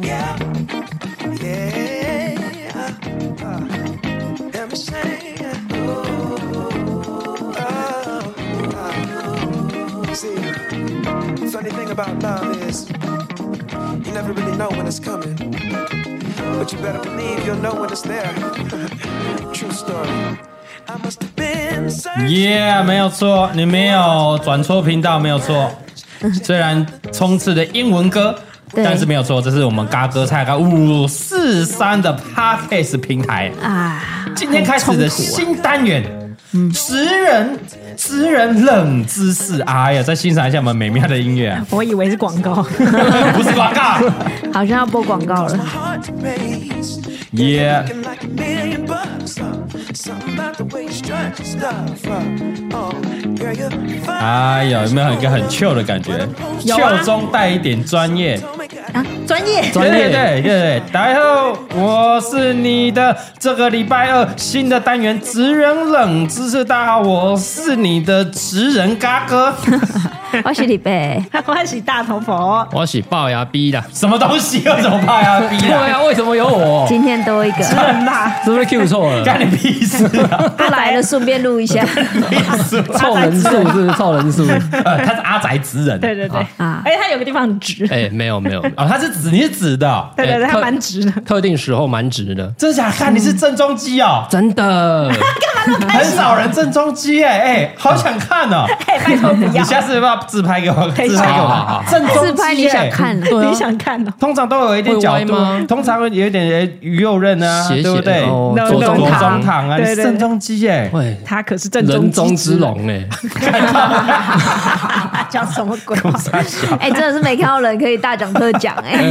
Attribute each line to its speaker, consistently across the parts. Speaker 1: Yeah, yeah, uh, let me sing. Oh, oh, oh. See, funny thing about love is you never really know when it's coming, but you better believe you'll know when it's there. True story. I must have been searching.
Speaker 2: 耶、没有错，你没有转错频道，没有错。虽然充斥着英文歌，
Speaker 3: 对
Speaker 2: 但是没有错，这是我们嘎哥菜嘎五四三的 Podcast 平台。
Speaker 3: 啊，，
Speaker 2: 今天开始的新单元，职人职人冷知识。哎呀，再欣赏一下我们美妙的音乐、啊
Speaker 3: 我以为是广告，
Speaker 2: 不是广告。
Speaker 3: 好像要播广告
Speaker 1: My
Speaker 3: 了。
Speaker 1: heart race.
Speaker 2: Yeah.
Speaker 1: Looking like a million bucks. Uh, something about the way you strut your stuff. Uh, oh, girl, you're fine.
Speaker 2: 哎呀，有没有一个很 chill 的感觉？
Speaker 3: 有啊
Speaker 2: chill 中带一点专业。
Speaker 1: Don't make it-
Speaker 3: 专业
Speaker 2: 对对对对对，大家好，我是你的这个礼拜二新的单元职人冷知识，大家好，我是你的职人嘎 哥，
Speaker 3: 我是李贝，我是大头佛。
Speaker 4: 我是龅牙逼的。
Speaker 2: 什么东西啊又怎么怕 呀？逼
Speaker 4: 对
Speaker 2: 啦，
Speaker 4: 啊，为什么有我？
Speaker 3: 今天多一个，
Speaker 4: 是不是 Q 错了？
Speaker 2: 干你屁事 啊！
Speaker 3: 不来了顺便录一下
Speaker 2: 屁事啊！
Speaker 4: 凑人数是不是凑人数？
Speaker 2: 呃，他是阿宅职人，
Speaker 5: 对对对，
Speaker 3: 啊
Speaker 5: 而。且它有个地方很直，
Speaker 4: 哎，没有没有，
Speaker 2: 哦，他是直，你是直的哦，
Speaker 5: 对对对，
Speaker 4: 哎
Speaker 5: 它
Speaker 4: 特
Speaker 5: 蛮直的。
Speaker 4: 特定时候蛮直的，
Speaker 2: 真假？看你是正中机哦，
Speaker 4: 真的。
Speaker 2: 很少人正中机哎哎，好想看哦！
Speaker 5: 哎，拜托 不
Speaker 2: 你
Speaker 5: 要，
Speaker 2: 下次要不要自拍给我？
Speaker 5: 以
Speaker 2: 自拍给
Speaker 4: 好好
Speaker 2: 我
Speaker 4: 好，
Speaker 2: 正中
Speaker 3: 自拍
Speaker 2: 机
Speaker 3: 你想
Speaker 2: 哎
Speaker 3: 看了，
Speaker 4: 对啊
Speaker 5: 你想看哦？
Speaker 2: 通常都有一点角度
Speaker 4: 会歪吗，
Speaker 2: 通常会有一点诶鱼肉刃啊，
Speaker 4: 斜斜
Speaker 2: 对不对？
Speaker 4: 哦
Speaker 2: 左
Speaker 5: 左
Speaker 2: 中
Speaker 5: 中
Speaker 2: 中
Speaker 5: 堂
Speaker 2: 堂啊，你
Speaker 5: 对对对
Speaker 2: 正中机耶，
Speaker 4: 喂，
Speaker 5: 它可是正
Speaker 4: 人中
Speaker 5: 中
Speaker 4: 之， 龙哎，
Speaker 5: 讲啊什么 鬼话？
Speaker 3: 哎、真的是没看到人可以大讲特讲哎、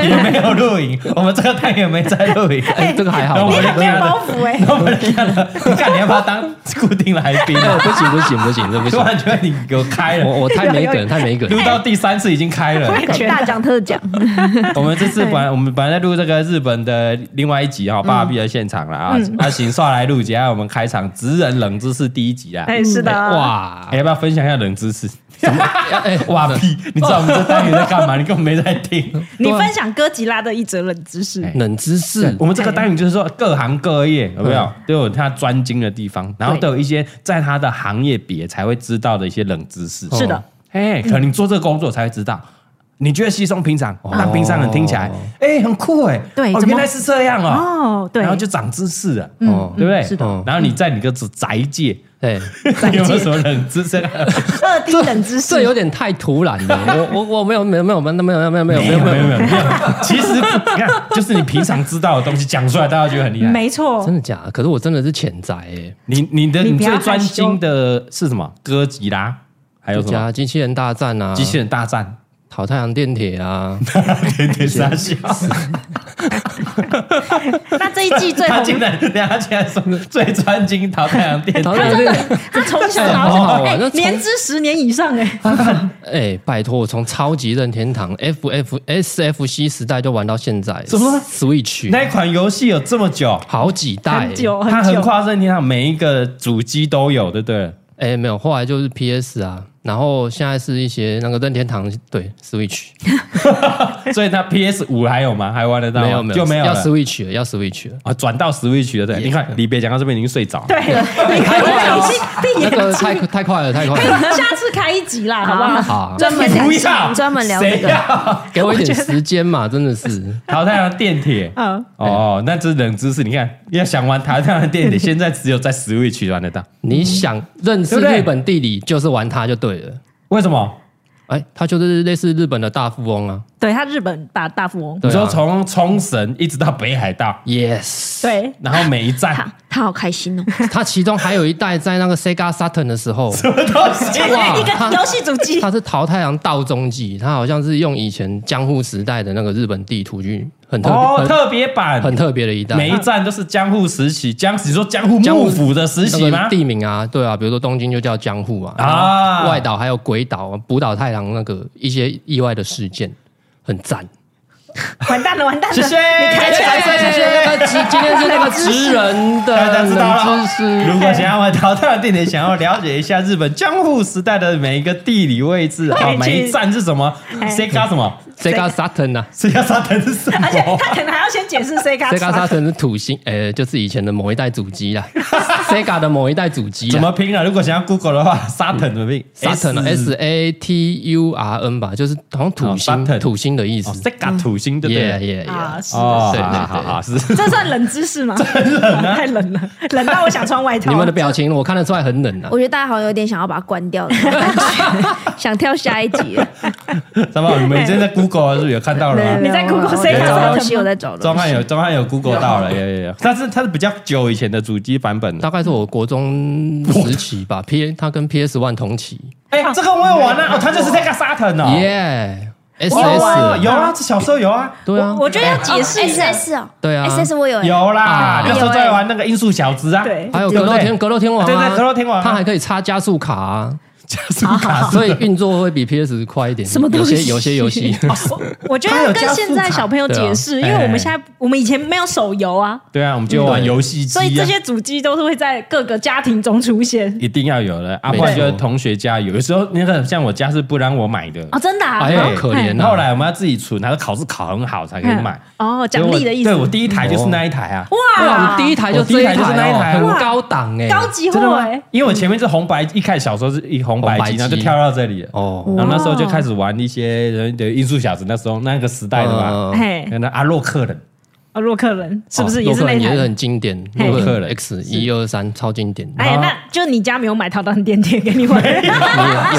Speaker 2: 也没有录影， 我们这个单元没在录影。
Speaker 4: 哎，这个还好
Speaker 2: 那
Speaker 4: 吧
Speaker 2: 我。
Speaker 5: 你
Speaker 2: 就
Speaker 5: 很没有包袱哎
Speaker 2: 然！后我们看了， 你看你要不要当固定来宾
Speaker 4: 哎
Speaker 2: 啊？
Speaker 4: 不行不行不行，这不
Speaker 2: 突
Speaker 4: 行。
Speaker 2: 然觉得你给我开了，
Speaker 4: 我我太没梗，太没梗。
Speaker 2: 录到第三次已经开了。
Speaker 5: 觉得
Speaker 4: 哎
Speaker 3: 大讲特讲，
Speaker 2: 我们这次本来我们本来在录这个日本的另外一集
Speaker 5: 嗯
Speaker 2: 哈，爸比的现场了啊，那行，刷来录节，还有我们开场职人冷知识第一集啊。
Speaker 5: 哎，是的，
Speaker 4: 哇
Speaker 2: 哎，，要不要分享一下冷知识？
Speaker 4: 哎，
Speaker 2: 哇屁！你知道我们这单元在干嘛？你根本没在听。
Speaker 5: 你
Speaker 4: 啊
Speaker 5: 分享哥吉拉的一则冷知识，
Speaker 4: 冷知识
Speaker 2: 我们这个单元就是说，各行各业有没有都有他专精的地方，然后都有一些在他的行业别才会知道的一些冷知识。
Speaker 4: 是的
Speaker 2: 哦，哎，可能你做这个工作才会知道。你觉得稀松平常，但平常人听起来，哎，很酷哎，
Speaker 3: 对
Speaker 2: 哦
Speaker 3: 怎
Speaker 2: 原
Speaker 3: 么
Speaker 2: 来是这样哦，
Speaker 5: 哦，对
Speaker 2: 然，后就长知识了，
Speaker 4: 哦，
Speaker 2: 对不对？
Speaker 3: 是的
Speaker 2: 然后你在你的宅界，
Speaker 4: 哎，
Speaker 2: 有没有什么冷知识？
Speaker 5: 二 D 冷知
Speaker 4: 这
Speaker 5: 识，
Speaker 4: 有点太突然了。我我我没有没有没有没有没有没有没有没有没有，
Speaker 2: 没有， 其实你看，就是你平常知道的东西讲出来，大家觉得很厉害。
Speaker 5: 哎没错
Speaker 4: 真，的假的？可是我真的是潜在哎。
Speaker 2: 你你的
Speaker 5: 你
Speaker 2: 你
Speaker 5: 不要
Speaker 2: 最专精的是什么？哥吉拉，还有什么？
Speaker 4: 加机器人大战啊，
Speaker 2: 机器人大 战，
Speaker 4: 跑太阳电铁 啊，
Speaker 2: 天天傻笑。
Speaker 5: 那这一季最
Speaker 2: 他
Speaker 5: 红
Speaker 2: 竟然，等一下他竟然说最专精淘太阳电
Speaker 4: 跑
Speaker 2: 塔，
Speaker 4: 太阳电铁，
Speaker 5: 他从 小
Speaker 4: 这
Speaker 5: 然
Speaker 4: 好好
Speaker 5: 后
Speaker 4: 玩
Speaker 5: 哎
Speaker 4: 这，从
Speaker 5: 年资十年以上哎，
Speaker 4: 哎，拜托，我从超级任天堂 F F S F C 时代就玩到现在，
Speaker 2: 什么
Speaker 4: Switch
Speaker 2: 那一款游戏有这么久？
Speaker 4: 好几代
Speaker 5: 很，久
Speaker 2: 它
Speaker 5: 很
Speaker 2: 横
Speaker 5: 久，
Speaker 2: 跨任天堂每一个主机都有，对不对？
Speaker 4: 哎，没有，后来就是 PS 啊，然后现在是一些那个任天堂对 Switch
Speaker 2: 所以它 PS 五还有吗？还玩得到吗？
Speaker 4: 没有没有
Speaker 2: 就没有
Speaker 4: 要
Speaker 2: 了
Speaker 4: Switch 了，要 Switch 了。
Speaker 2: 啊，转到 Switch 了，对。你看李北讲到这边已经睡着了，
Speaker 5: 对了，你看哎我已经闭
Speaker 4: 那
Speaker 5: 眼
Speaker 4: 个
Speaker 5: 睛
Speaker 4: 太太快了，太快了
Speaker 5: 下次开一集啦，好不好？
Speaker 4: 啊！
Speaker 3: 专门
Speaker 2: 不要
Speaker 3: 专门聊这
Speaker 2: 谁
Speaker 3: 个，
Speaker 2: 要？
Speaker 4: 给我一点时间嘛，真的是。
Speaker 2: 淘太阳电铁，
Speaker 5: 嗯
Speaker 2: 哦，那这是冷知识，你看，要想玩淘太阳电铁，现在只有在 Switch 玩得到，
Speaker 4: 你想认识
Speaker 2: 对不对
Speaker 4: 日本地理，就是玩它就对了。
Speaker 2: 为什么？
Speaker 4: 哎，它就是类似日本的大富翁啊，
Speaker 5: 对他日本把大富翁，
Speaker 4: 对
Speaker 2: 你
Speaker 4: 啊
Speaker 2: 说从冲绳一直到北海道，
Speaker 4: Yes，，
Speaker 5: 对，
Speaker 2: 然后每一站
Speaker 3: 他他好开心哦，
Speaker 4: 他其中还有一代在那个 Sega Saturn 的时候，
Speaker 2: 都 是
Speaker 4: 哇
Speaker 5: 一个游戏主机，
Speaker 4: 他是淘太阳道中记，他好像是用以前江户时代的那个日本地图去很特
Speaker 2: 哦
Speaker 4: 很
Speaker 2: 特别版，
Speaker 4: 很特别的一代，
Speaker 2: 每一站都是江户时期，江你说江户幕府的时期
Speaker 4: 那
Speaker 2: 吗
Speaker 4: 个？地名啊，对啊，比如说东京就叫江户啊，
Speaker 2: 啊
Speaker 4: 啊，外岛还有鬼岛、啊、浦岛太郎那个一些意外的事件，很赞。
Speaker 5: 完蛋了，完蛋了，
Speaker 2: 谢谢
Speaker 5: 你开起来
Speaker 2: 哎谢谢
Speaker 5: 了，
Speaker 4: 谢谢那个今今天是那个职人的
Speaker 2: 大家知道
Speaker 4: 冷
Speaker 2: 了
Speaker 4: 知识。。
Speaker 2: 如果想要玩淘汰的地点，想要了解一下日本江户时代的每一个地理位置，
Speaker 5: 可
Speaker 2: 啊，
Speaker 5: 以去
Speaker 2: 每一站是什么
Speaker 5: 哎
Speaker 2: ？Sega 什么
Speaker 4: Sega Saturn 啊
Speaker 2: ？Sega 沙腾是什么
Speaker 5: 而？且他可能还要先解释 Sega
Speaker 4: ，Sega
Speaker 5: Saturn
Speaker 4: Saturn 是土星，呃，就是以前的某一代主机 啦，Sega 的某一代主机
Speaker 2: 怎
Speaker 4: 啦
Speaker 2: 么。拼啊？如果想要 Google 的话，哎沙腾怎么拼
Speaker 4: Saturn 啊 S A T U R N 吧，就是好像土
Speaker 2: 哦，Saturn
Speaker 4: 星土星的意
Speaker 2: 哦
Speaker 4: 思。
Speaker 2: ，Sega 土星对不
Speaker 4: 耶
Speaker 2: 对？
Speaker 4: 耶耶！
Speaker 5: 啊，是
Speaker 2: 哦，
Speaker 4: 对对
Speaker 2: 好
Speaker 4: 对
Speaker 2: 好好，是
Speaker 5: 这算冷知识吗？太冷了，冷到我想穿外套。
Speaker 4: 你们的表情我看得出来很冷啊
Speaker 3: 我。觉得大家好像有点想要把它关掉的感觉，想跳下一集了。
Speaker 2: 什么？你们真的 Google 是不是有看到了吗？
Speaker 5: 你在 Google
Speaker 3: 我在
Speaker 2: Sega
Speaker 3: 找
Speaker 2: 上
Speaker 3: 东
Speaker 5: 什
Speaker 3: 西，
Speaker 5: 么
Speaker 3: 我在找
Speaker 2: 钟
Speaker 3: 东
Speaker 2: 汉
Speaker 3: 西。
Speaker 2: 有钟汉有 Google 到了，有有有，但是它是比较久以前的主机版本的。
Speaker 4: 大概是我国中时期吧，P 它跟 PS One 同期，
Speaker 2: 哎，这个我有玩啊，哦，它就是 Sega 沙腾哦。
Speaker 4: 耶，S
Speaker 2: 哦
Speaker 4: S，
Speaker 2: 有啊，这小时候有啊，
Speaker 4: 对啊，
Speaker 5: 我觉得要解释一下，
Speaker 3: S S 哦，
Speaker 4: 对啊
Speaker 3: ，S S 我有
Speaker 2: 有啦，
Speaker 4: 啊
Speaker 2: 那时候在玩那个音速小子啊，
Speaker 5: 对，
Speaker 4: 还有格斗
Speaker 2: 对
Speaker 4: 天格斗天王啊，
Speaker 2: 对对格斗天王啊
Speaker 4: 它还可以插加速卡 啊，
Speaker 2: 加速卡是
Speaker 4: 所以运作会比 PS 快一点。
Speaker 3: 什么东
Speaker 4: 有
Speaker 3: 西
Speaker 4: 些有些游戏，
Speaker 5: 我觉得要跟现在小朋友解释，因
Speaker 2: 对啊
Speaker 5: 为我们现在我们以前没有手游啊，
Speaker 2: 对啊，我们就玩游戏机
Speaker 5: 所以这
Speaker 2: 啊，
Speaker 5: 些主机都是会在各个家庭中出现。
Speaker 2: 一定要有的，啊，
Speaker 4: 没
Speaker 2: 不然
Speaker 4: 错
Speaker 2: 就是同学家有，有时候那个像我家是不让我买的，
Speaker 5: 哦，真的啊？
Speaker 4: 哎
Speaker 2: 对
Speaker 4: 呦可怜啊
Speaker 2: 后来我们要自己存，还是考试考很好才可以买，
Speaker 5: 哦，奖励的意思。哦
Speaker 2: 对我第一台就是那一台啊，
Speaker 4: 哇，
Speaker 5: 哇，
Speaker 4: 你第一台就
Speaker 2: 我第一台就是那一台啊
Speaker 4: 哦很高档哎，
Speaker 5: 高欸级
Speaker 2: 真的吗
Speaker 5: 货？
Speaker 2: 因为我前面是红白，一开始小时候是一红白
Speaker 4: 红白
Speaker 2: 机，
Speaker 4: 机
Speaker 2: 然后就跳到这里了。
Speaker 4: 哦，
Speaker 2: 然后那时候就开始玩一些人的音速小子，那时候那个时代的哦嘛，
Speaker 4: 嗯
Speaker 5: 哎，嘿，
Speaker 2: 那阿洛克人，
Speaker 5: 哦洛克人是不是也
Speaker 4: 哦洛
Speaker 5: 是
Speaker 4: 克
Speaker 5: 那
Speaker 4: 人也是
Speaker 5: 台？
Speaker 4: 很经典，
Speaker 5: 嘿
Speaker 4: 洛克
Speaker 2: 洛克人
Speaker 4: 人 X 一二三超经典。
Speaker 5: 哎呀，那就你家没有买套当电贴给你 玩，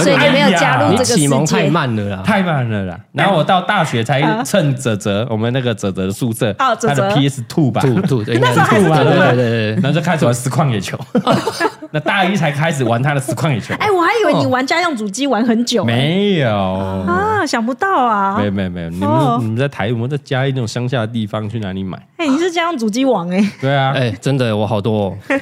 Speaker 3: 所以你没有加入
Speaker 4: 你
Speaker 3: 这个世
Speaker 4: 启蒙太
Speaker 3: 界。
Speaker 4: 慢了啦，
Speaker 2: 太慢了啦！然后我到大学才趁泽泽，我们那个泽泽的宿舍，
Speaker 5: 嗯哦
Speaker 2: 他
Speaker 5: 泽泽
Speaker 2: 的 PS Two 吧，
Speaker 4: 吐吐，应
Speaker 5: 那
Speaker 4: 该
Speaker 5: 时候还
Speaker 4: 是
Speaker 5: 是
Speaker 4: 吐吧，
Speaker 5: 吐
Speaker 4: 对
Speaker 5: 吧
Speaker 4: 对对 对
Speaker 2: 然后就开始玩实况野球。 那大一才开始玩他的实况野球，
Speaker 5: 哦哎，我还以为你玩家用主机玩很久，
Speaker 2: 没有，
Speaker 5: 啊，想不到啊
Speaker 2: 没，有没有没有，你
Speaker 5: 哦
Speaker 2: 们你们在台，我们在嘉义那种乡下的地方去哪里买？
Speaker 5: 哎，你是家用主机王哎，
Speaker 2: 对啊，
Speaker 4: 哎，真的我好 多哦。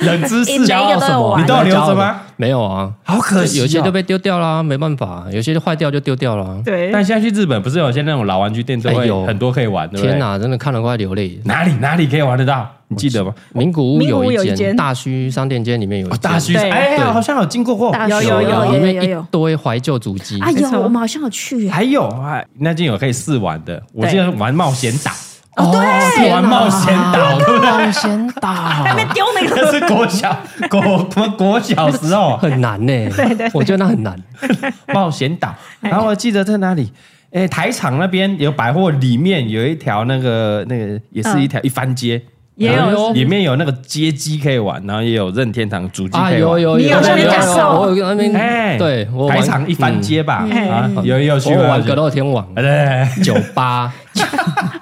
Speaker 2: 冷知识
Speaker 3: 每一个都有玩
Speaker 2: 你都有留着吗？
Speaker 4: 没有啊，
Speaker 2: 好可惜哦
Speaker 4: 有些就被丢掉啦，没办法，有些就坏掉就丢掉啦。
Speaker 5: 对
Speaker 2: 但现在去日本，不是有些那种老玩具店都
Speaker 4: 哎
Speaker 2: 会
Speaker 4: 有
Speaker 2: 很多可以玩，对不对？
Speaker 4: 天哪，真的看了快流泪。
Speaker 2: 哪里哪里可以玩得到？你记得吗？
Speaker 4: 名古屋
Speaker 5: 名古屋
Speaker 4: 有
Speaker 5: 有一
Speaker 4: 一间
Speaker 5: 间
Speaker 4: 大须商店街里面有一
Speaker 2: 哦，
Speaker 4: 间
Speaker 2: 大须
Speaker 5: 对
Speaker 2: 哎，
Speaker 4: 对
Speaker 2: 好像有经过过。
Speaker 3: 大
Speaker 5: 有有有
Speaker 4: 里面
Speaker 3: 有有有
Speaker 4: 一堆怀旧主机。
Speaker 3: 啊，有
Speaker 5: 没错
Speaker 3: 我们好像有去耶，
Speaker 2: 还有啊，那间有可以试玩的，我
Speaker 5: 对
Speaker 2: 记得玩冒险岛，
Speaker 4: 哦，对
Speaker 2: 玩冒险岛，对不对？
Speaker 4: 冒险岛
Speaker 5: 还没丢啊
Speaker 2: 那
Speaker 5: 那个，
Speaker 2: 是国小国什么国小时候啊
Speaker 4: 很难呢，对对，我觉得那很难。
Speaker 2: 冒险岛，
Speaker 5: 哎
Speaker 2: 然后我记得在哪里？哎，台场那边有百货，里面有一条那个那个也是一条一番街，
Speaker 5: 嗯也有
Speaker 2: 然后里面有那个街机可以玩，然后也有任天堂主机
Speaker 4: 啊，
Speaker 2: 可以
Speaker 4: 有
Speaker 2: 玩。哎
Speaker 4: 有
Speaker 5: 你有
Speaker 4: 有
Speaker 5: 去那边感受
Speaker 4: 我有那边，对我
Speaker 2: 台
Speaker 4: 玩
Speaker 2: 场一番，街吧，
Speaker 5: 嗯
Speaker 2: 啊，有有去
Speaker 4: 嗯我玩
Speaker 2: 去
Speaker 4: 格斗天王
Speaker 2: 哎 对。
Speaker 4: 酒 吧，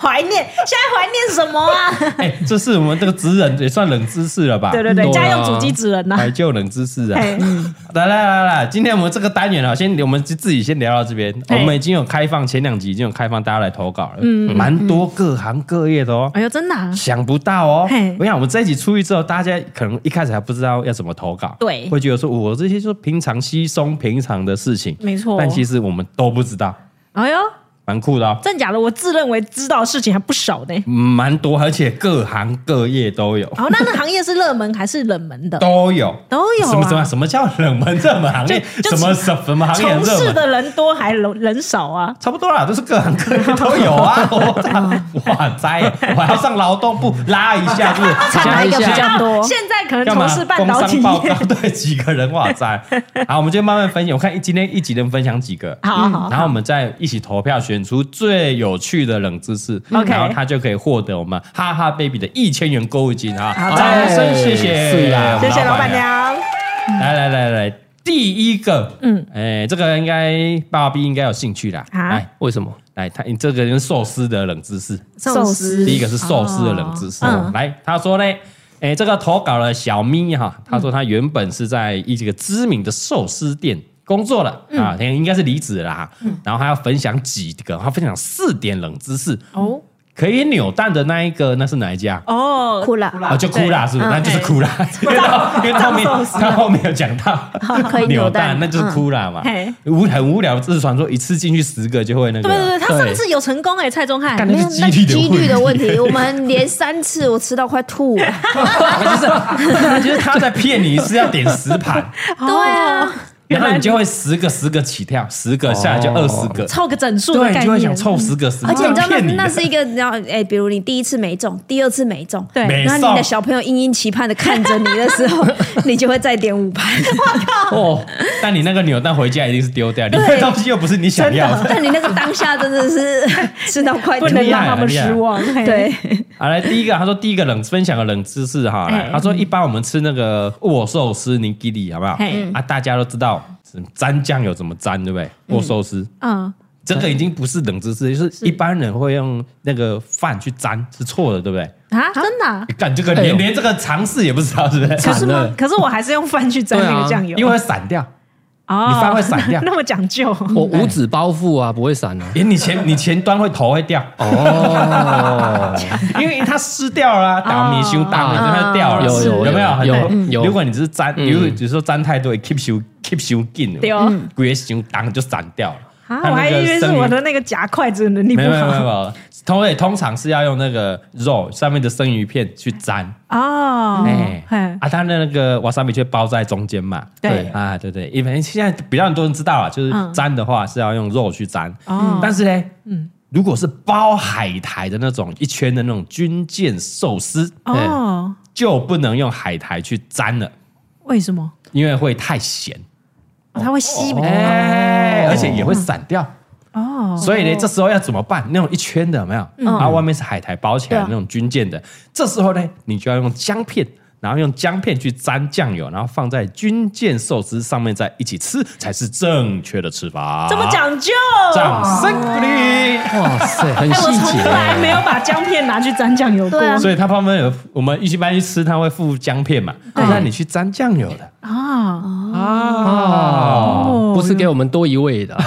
Speaker 5: 怀 念，现在怀念什么啊？
Speaker 2: 哎，这是我们这个职人也算冷知识了吧？
Speaker 5: 对对对，
Speaker 4: 对啊
Speaker 5: 家用主机指人呐，
Speaker 2: 怀旧冷知识啊！
Speaker 5: 哎
Speaker 2: 来来来来，今天我们这个单元啊，先我们自己先聊到这边。我
Speaker 5: 哎嗯
Speaker 2: 们已经有开放前两集已经有开放大家来投稿了，蛮多各行各业的哦。
Speaker 5: 哎呦，真的啊，
Speaker 2: 想不到哦
Speaker 5: 嘿！
Speaker 2: 我想我们这一集出去之后，大家可能一开始还不知道要怎么投稿，
Speaker 5: 对
Speaker 2: 会觉得说我这些就是平常稀松平常的事情，
Speaker 5: 没错
Speaker 2: 但其实我们都不知道，
Speaker 5: 哎呦，
Speaker 2: 蛮酷的哦，
Speaker 5: 真假的，我自认为知道的事情还不少呢。
Speaker 2: 嗯蛮多，而且各行各业都有，
Speaker 5: 哦，那那行业是热门还是冷门的？
Speaker 2: 都有。
Speaker 5: 都有啊
Speaker 2: 什么什么什么叫冷门热门行业？
Speaker 5: 就
Speaker 2: 什么什什么行业很
Speaker 5: 从
Speaker 2: 热
Speaker 5: 事
Speaker 2: 门？
Speaker 5: 的人多还人人少啊？
Speaker 2: 差不多啦，都是各行各业都有 啊！我哇塞，我还要上劳动部拉一下，是 不是？
Speaker 4: 加
Speaker 3: 哪
Speaker 4: 一
Speaker 3: 一个比
Speaker 4: 下
Speaker 3: 较多？
Speaker 5: 现在可能
Speaker 2: 干嘛
Speaker 5: 从事半导体
Speaker 2: 工商报
Speaker 5: 业，
Speaker 2: 告 对几个人哇 塞！好，我们就慢慢分享。我看今天一集能分享几个，
Speaker 5: 好好
Speaker 2: 然后我们再一起投票选出最有趣的冷知识，
Speaker 5: OK
Speaker 2: 然后他就可以获得我们哈哈 baby 的一千元购物金啊！
Speaker 4: 的
Speaker 2: 掌声谢谢
Speaker 4: 是啊，
Speaker 2: 我们
Speaker 5: 谢谢老
Speaker 2: 老
Speaker 5: 板
Speaker 2: 娘。
Speaker 5: 娘。
Speaker 2: 来来来来，第一个，
Speaker 5: 嗯
Speaker 2: 嗯，哎，这个应该爸爸 B 应该有兴趣啦。
Speaker 5: 啊
Speaker 2: 来
Speaker 4: 为什么？
Speaker 2: 来，他你这个是寿司的冷知识，
Speaker 5: 寿司
Speaker 2: 第一个是寿司的冷知识。
Speaker 5: 哦嗯
Speaker 2: 来，他说呢，哎，这个投稿了小咪哈，
Speaker 5: 嗯
Speaker 2: 他说他原本是在一个知名的寿司店。工作了、
Speaker 5: 嗯
Speaker 2: 啊，应该是离职了啦。然后他要分享几个，他分享四点冷知识，
Speaker 5: 哦
Speaker 2: 可以扭蛋的那一个，那是哪一家？
Speaker 5: 哦，
Speaker 3: 哭了
Speaker 2: 啊，就哭啦，是不是？
Speaker 3: 嗯
Speaker 2: 那就是哭啦， 因为到因为后面他后面有讲到
Speaker 5: 哦
Speaker 3: 可以
Speaker 2: 扭
Speaker 3: 扭
Speaker 2: 蛋
Speaker 3: 蛋，
Speaker 2: 那就是哭啦嘛
Speaker 5: 嗯嘿。
Speaker 2: 无很无聊，自传说一次进去十个就会那个。
Speaker 5: 对对对，他上次有成功哎，蔡宗翰
Speaker 2: 干
Speaker 3: 没有
Speaker 2: 那是
Speaker 3: 那
Speaker 2: 几率的
Speaker 3: 几率的问
Speaker 2: 问题
Speaker 3: 题，我们连三次我吃到快吐了。
Speaker 2: 他就是 他在骗你是要点十盘，
Speaker 5: 哦
Speaker 3: 对啊，
Speaker 2: 然后你哦就会十个十个起跳，十个下来就二十个，
Speaker 5: 凑个整数的
Speaker 2: 对，
Speaker 5: 概
Speaker 2: 你就会
Speaker 5: 念
Speaker 2: 想，凑十个十个，
Speaker 3: 而且你知道那
Speaker 2: 骗你
Speaker 3: 那
Speaker 2: 的
Speaker 3: 是一个，然后哎，比如你第一次没中，第二次没中，
Speaker 5: 对
Speaker 2: 没
Speaker 3: 然后你
Speaker 2: 送
Speaker 3: 的小朋友殷殷期盼的看着你的时候，你就会再点五盘。
Speaker 2: 哦，但你那个扭蛋回家一定是丢掉，你那东西又不是你想要的。
Speaker 3: 但你那个当下真的是 吃到快吐
Speaker 5: 不。能
Speaker 2: 厉害
Speaker 5: 让他们
Speaker 2: 厉害
Speaker 5: 失望。嘿
Speaker 3: 对，
Speaker 2: 好，来第一个，他说第一个冷分享个冷知识哈，来
Speaker 5: 哎
Speaker 2: 他说一般我们吃那个握寿司尼基里好不好
Speaker 5: 嘿？
Speaker 2: 啊，大家都知道沾酱油怎么沾，对不对？握寿司
Speaker 5: 嗯，
Speaker 2: 这个已经不是冷知识，就是一般人会用那个饭去沾，是错的，对不对？
Speaker 5: 啊，真的啊
Speaker 2: 你干这个
Speaker 4: 哎呦
Speaker 2: 连连这个常识也不知道，是不是？
Speaker 5: 可是
Speaker 4: 惨
Speaker 5: 吗
Speaker 4: 了？
Speaker 5: 可是我还是用饭去沾那
Speaker 4: 对
Speaker 5: 个
Speaker 4: 啊
Speaker 5: 酱油，
Speaker 2: 因为会散掉。
Speaker 5: 哦
Speaker 2: 你饭会散掉
Speaker 5: 那么讲究。
Speaker 4: 我五指包覆啊，不会闪啊。
Speaker 2: 连你前你前端会头会掉哦， 因为它湿掉了啊，打米修打米
Speaker 5: 啊
Speaker 2: 它就掉了，
Speaker 4: 有有
Speaker 2: 有没有？
Speaker 4: 有
Speaker 2: 很多
Speaker 4: 有
Speaker 2: 如果你只是沾，
Speaker 4: 嗯
Speaker 2: 如果只是说沾太多，keep 修 keep 修紧，
Speaker 5: 对哦嗯
Speaker 2: 龟修当就散掉了。
Speaker 5: 啊，
Speaker 2: 它那
Speaker 5: 我还
Speaker 2: 个
Speaker 5: 以为是
Speaker 2: 生鱼
Speaker 5: 我的那个夹筷子能力不
Speaker 2: 没有没有没有没
Speaker 5: 好
Speaker 2: 有，通对通常是要用那个肉上面的生鱼片去沾，
Speaker 5: 哦。
Speaker 2: 哎
Speaker 5: 嘿
Speaker 2: 啊，它的那个瓦萨米却包在中间嘛，
Speaker 5: 对
Speaker 2: 啊，对对，因为现在比较多人知道了，就是
Speaker 5: 嗯
Speaker 2: 沾的话是要用肉去沾，
Speaker 5: 哦
Speaker 2: 但是呢，如果是包海苔的那种一圈的那种军舰寿司，
Speaker 5: 哦，
Speaker 2: 就不能用海苔去沾了，
Speaker 5: 为什么？
Speaker 2: 因为会太咸，
Speaker 5: 哦它会吸
Speaker 2: 哎，而且也会散掉。
Speaker 5: 哦，嗯
Speaker 2: 所以呢，这时候要怎么办？那种一圈的有没有？然后外面是海苔包起来
Speaker 5: 啊
Speaker 2: 的那种军舰的，这时候呢，你就要用姜片，然后用姜片去沾酱油，然后放在军舰寿司上面再一起吃，才是正确的吃法。
Speaker 5: 这么？讲究，啊
Speaker 2: 掌声鼓励。
Speaker 4: 哇塞，
Speaker 5: 哎
Speaker 4: 很
Speaker 5: 我
Speaker 4: 细节
Speaker 5: 从来没
Speaker 4: 欸。
Speaker 5: 有把姜片拿去沾酱油过
Speaker 3: 对啊
Speaker 2: 所以它旁边有我们一般去吃，它会附姜片嘛，那你去沾酱油的
Speaker 5: 啊！
Speaker 2: 哦。
Speaker 4: 不是给我们多一 味的啊，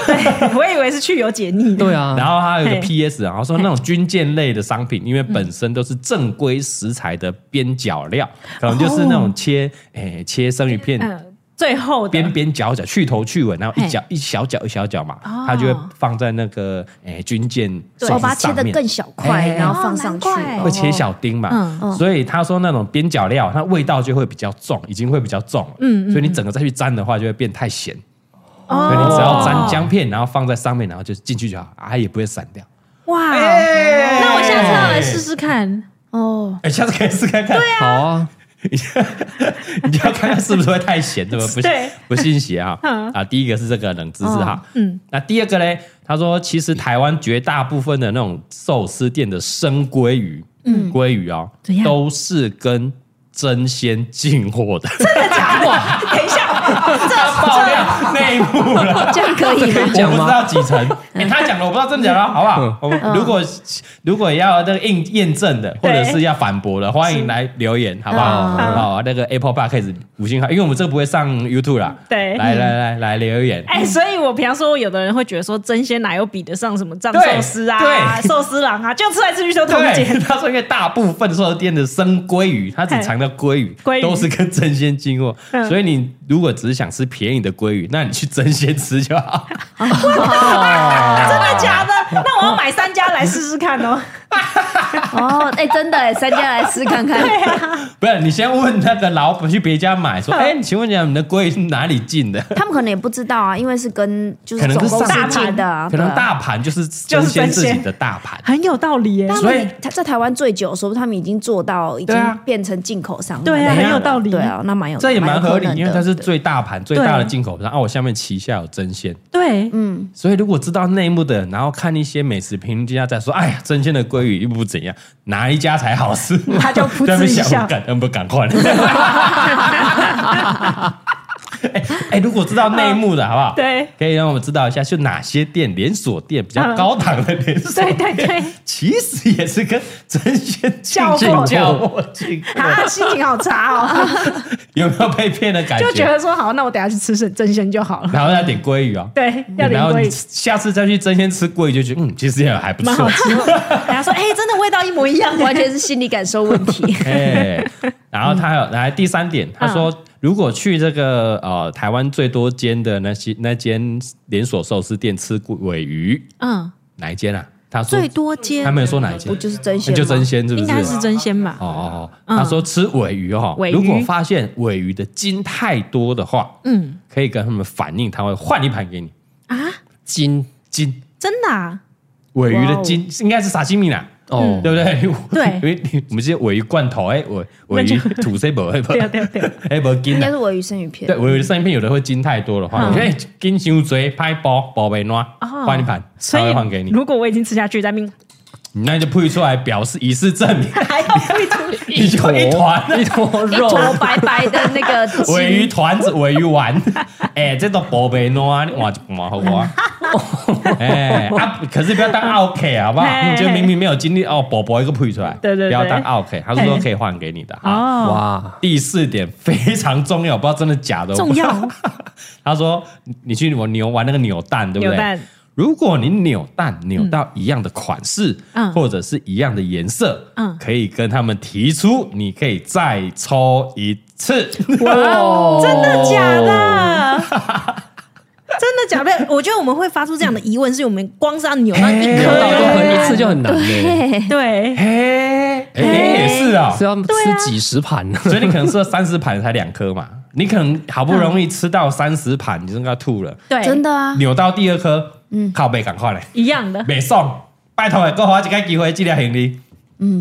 Speaker 5: 我以为是去油解腻的。
Speaker 4: 对啊，
Speaker 2: 然后它有个
Speaker 5: 嘿
Speaker 2: PS，然后说那种军舰类的商品，因为本身都是正规食材的边角料，可能就是那种切诶切生鱼片。
Speaker 5: 嗯，最后的
Speaker 2: 边边角角去头去尾，然后一角一小角一小角嘛，它就会放在那个诶军舰寿司
Speaker 3: 我把它切
Speaker 2: 上
Speaker 3: 的
Speaker 2: 面
Speaker 3: 更小块，
Speaker 2: 哎
Speaker 3: 然后放上去
Speaker 5: 哦。难怪
Speaker 2: 会切小丁嘛，
Speaker 5: 嗯
Speaker 2: 所以他说那种边角料，它味道就会比较重，已经会比较重了，所以你整个再去沾的话，就会变太咸。
Speaker 5: 哦
Speaker 2: 所以你只要沾姜片，然后放在上面，然后就进去就好，啊，也不会散掉。
Speaker 5: 哇！
Speaker 2: 哎
Speaker 5: 那我下次要来试试看。
Speaker 3: 哦，
Speaker 2: 哎，下次可以试看看，
Speaker 4: 好啊，
Speaker 2: 你就要看看是不是会太咸， 对吧？不
Speaker 5: 对
Speaker 2: 不信邪哈
Speaker 5: 嗯哦
Speaker 2: 啊！第一个是这个冷知识哈，嗯，那第二个嘞，他说其实台湾绝大部分的那种寿司店的生鲑鱼，嗯，鲑鱼哦
Speaker 5: 怎，样
Speaker 2: 都是跟真鲜进货的，哎
Speaker 5: 等一下，
Speaker 2: 爆料啊内幕了。
Speaker 3: 这样可 以吗？
Speaker 2: 我不知道几层，
Speaker 5: 嗯
Speaker 2: 哎、他讲了，我不知道真假了，好不好？我们如果如果要那个验验证的，或者是要反驳的，欢迎来留言，好不好？
Speaker 5: 嗯
Speaker 2: 好，那个 Apple Podcast 五星好，因为我们这个不会上 YouTube 啦。
Speaker 5: 对
Speaker 2: 来来来来留言，
Speaker 5: 哎，所以我平常说，有的人会觉得说，真鲜奶油比得上什么藏
Speaker 2: 对
Speaker 5: 寿司啊、
Speaker 2: 对
Speaker 5: 寿司郎啊，就吃来吃去都同一
Speaker 2: 对，
Speaker 5: 间。
Speaker 2: 他说因为大部分寿司店的生鲑鱼，它只强调鲑鱼，
Speaker 5: 嗯鲑鱼
Speaker 2: 都是跟真鲜进货，
Speaker 5: 嗯
Speaker 2: 所以你如果只是想吃便宜的鲑鱼，那你去真鲜吃就好。
Speaker 5: 真的假的？那我要买三家来试试看 哦。
Speaker 3: 哦，哎，真的哎，三家来试看看。
Speaker 5: 啊
Speaker 2: 不是，你先问那个老板去别家买，说，哎，请问一下你的鲑鱼是哪里进的？
Speaker 3: 他们可能也不知道啊，因为是跟就
Speaker 2: 可
Speaker 3: 是
Speaker 2: 能
Speaker 3: 总
Speaker 2: 是
Speaker 3: 公司
Speaker 2: 上
Speaker 3: 进的啊，
Speaker 2: 可能
Speaker 3: 对啊
Speaker 2: 大盘就是争先自己的大盘，
Speaker 3: 嗯
Speaker 5: 很有道理耶
Speaker 3: 但他
Speaker 2: 所以
Speaker 3: 们他在台湾最久，说不定他们已经做到已
Speaker 2: 对啊
Speaker 3: 经变成进口商了。
Speaker 5: 对啊，
Speaker 2: 对啊
Speaker 5: 很有道理。
Speaker 3: 对啊，那蛮有
Speaker 2: 这也蛮合理
Speaker 3: 有可能，的
Speaker 2: 因为它是最大盘、最大的
Speaker 5: 对
Speaker 2: 进口商。啊，我下面旗下有真鲜，
Speaker 5: 对，
Speaker 2: 所以如果知道内幕的，然后看一些美食评论家在说，哎呀，真鲜的鲑鱼又不怎样，哪一家才好吃？
Speaker 5: 他就噗嗤
Speaker 2: 在那边
Speaker 5: 一
Speaker 2: 想
Speaker 5: 笑
Speaker 2: 我赶，嗯不赶快， 哎、哎如果知道内幕的好不好？
Speaker 5: 对，
Speaker 2: 可以让我们知道一下，就哪些店连锁店比较高档的连锁
Speaker 5: 对
Speaker 2: 店，
Speaker 5: 对对，
Speaker 2: 其实也是跟真鲜
Speaker 5: 交
Speaker 2: 进
Speaker 5: 货
Speaker 2: 进交货进货，
Speaker 5: 啊，心情好差 哦，
Speaker 2: 有没有被骗的感
Speaker 5: 就觉
Speaker 2: 觉？
Speaker 5: 得说好，那我等下去吃生真鲜就好了。
Speaker 2: 然后要点鲑鱼哦，
Speaker 5: 对，要
Speaker 2: 然
Speaker 5: 点
Speaker 2: 后
Speaker 5: 鲑
Speaker 2: 你
Speaker 5: 鱼，
Speaker 2: 下次再去真鲜吃鲑鱼，就觉得嗯，其实也还不
Speaker 5: 蛮
Speaker 2: 错
Speaker 5: 好。吃的。人家说，哎，真的味道一模一样，
Speaker 3: 完全是心理感受问题。
Speaker 2: 哎，然后他还有来第三点，他说如果去这个呃台湾最多间的那些那间连锁寿司店吃尾鱼，
Speaker 5: 嗯，
Speaker 2: 哪一间啊？他说
Speaker 5: 最多
Speaker 2: 他
Speaker 5: 煎
Speaker 2: 没有说哪一间
Speaker 3: 不，就是真鲜
Speaker 2: 那
Speaker 3: 吗？
Speaker 2: 就真鲜是不
Speaker 5: 应
Speaker 2: 是？
Speaker 5: 该是真鲜吧？
Speaker 2: 哦哦哦，他说吃尾鱼哦，
Speaker 5: 尾鱼
Speaker 2: 如果发现尾鱼的筋太多的话，嗯，可以跟他们反映，他会换一盘给你
Speaker 4: 金
Speaker 2: 筋
Speaker 5: 真的啊？
Speaker 2: 尾鱼的筋，应该是沙西米啦。
Speaker 4: 哦，
Speaker 2: 对不对？
Speaker 5: 对
Speaker 2: 因为你我们这些尾鱼罐头，哎，尾尾鱼吐司不会不
Speaker 5: 对啊对啊对啊，
Speaker 2: 哎不筋
Speaker 3: 应
Speaker 2: 啊
Speaker 3: 该是尾鱼生鱼片
Speaker 2: 对，。我有的上一片有的会筋太多的话，
Speaker 5: 嗯
Speaker 2: 你哎看筋伤多，拍包包被暖，
Speaker 5: 哦
Speaker 2: 换一盘，
Speaker 5: 所
Speaker 2: 他
Speaker 5: 以
Speaker 2: 会换给你，
Speaker 5: 如果我已经吃下去，在命
Speaker 2: 你那就配出来表示以示证明，
Speaker 5: 还要配出去
Speaker 2: 你就一团
Speaker 4: 一坨
Speaker 3: 一
Speaker 4: 肉，
Speaker 3: 坨白白的那 个筋
Speaker 2: 尾鱼团子、尾鱼丸， 哎，这都包被暖，你换一盘好 我。哎啊，可是不要当 OK 好不好？
Speaker 5: 嘿
Speaker 2: 你就明明没有经历哦，宝宝一个配出来，
Speaker 5: 对对对
Speaker 2: 不要当 OK，他是说可以换给你的啊。
Speaker 5: 哦，
Speaker 4: 哇，
Speaker 2: 第四点非常重要，我不知道真的假的。我不
Speaker 5: 重
Speaker 2: 知道
Speaker 5: 要
Speaker 2: 他说你你去我扭玩那个扭蛋，对不
Speaker 5: 扭
Speaker 2: 对？
Speaker 5: 蛋
Speaker 2: 如果你扭蛋扭到一样的款式，
Speaker 5: 嗯
Speaker 2: 或者是一样的颜色，
Speaker 5: 嗯
Speaker 2: 可以跟他们提出，你可以再抽一次。
Speaker 5: 哦
Speaker 4: 哇，哦
Speaker 5: 真的假？的？ 真的假的？我觉得我们会发出这样的疑问，是我们光是要扭到一
Speaker 2: 哎
Speaker 4: 扭
Speaker 5: 颗
Speaker 4: 到都很一次就很难嘞，
Speaker 5: 对，
Speaker 2: 嘿，哎、也是啊、
Speaker 4: 是要哦吃几十盘呢。
Speaker 2: 所以你可能吃了三十盘才两颗嘛，你可能好不容易吃到三十盘，你真的要吐了，
Speaker 5: 对，
Speaker 3: 真的啊，
Speaker 2: 扭到第二颗，嗯，靠背赶快来，
Speaker 5: 一样的
Speaker 2: 没送，拜托，给我一个机会，尽量行李。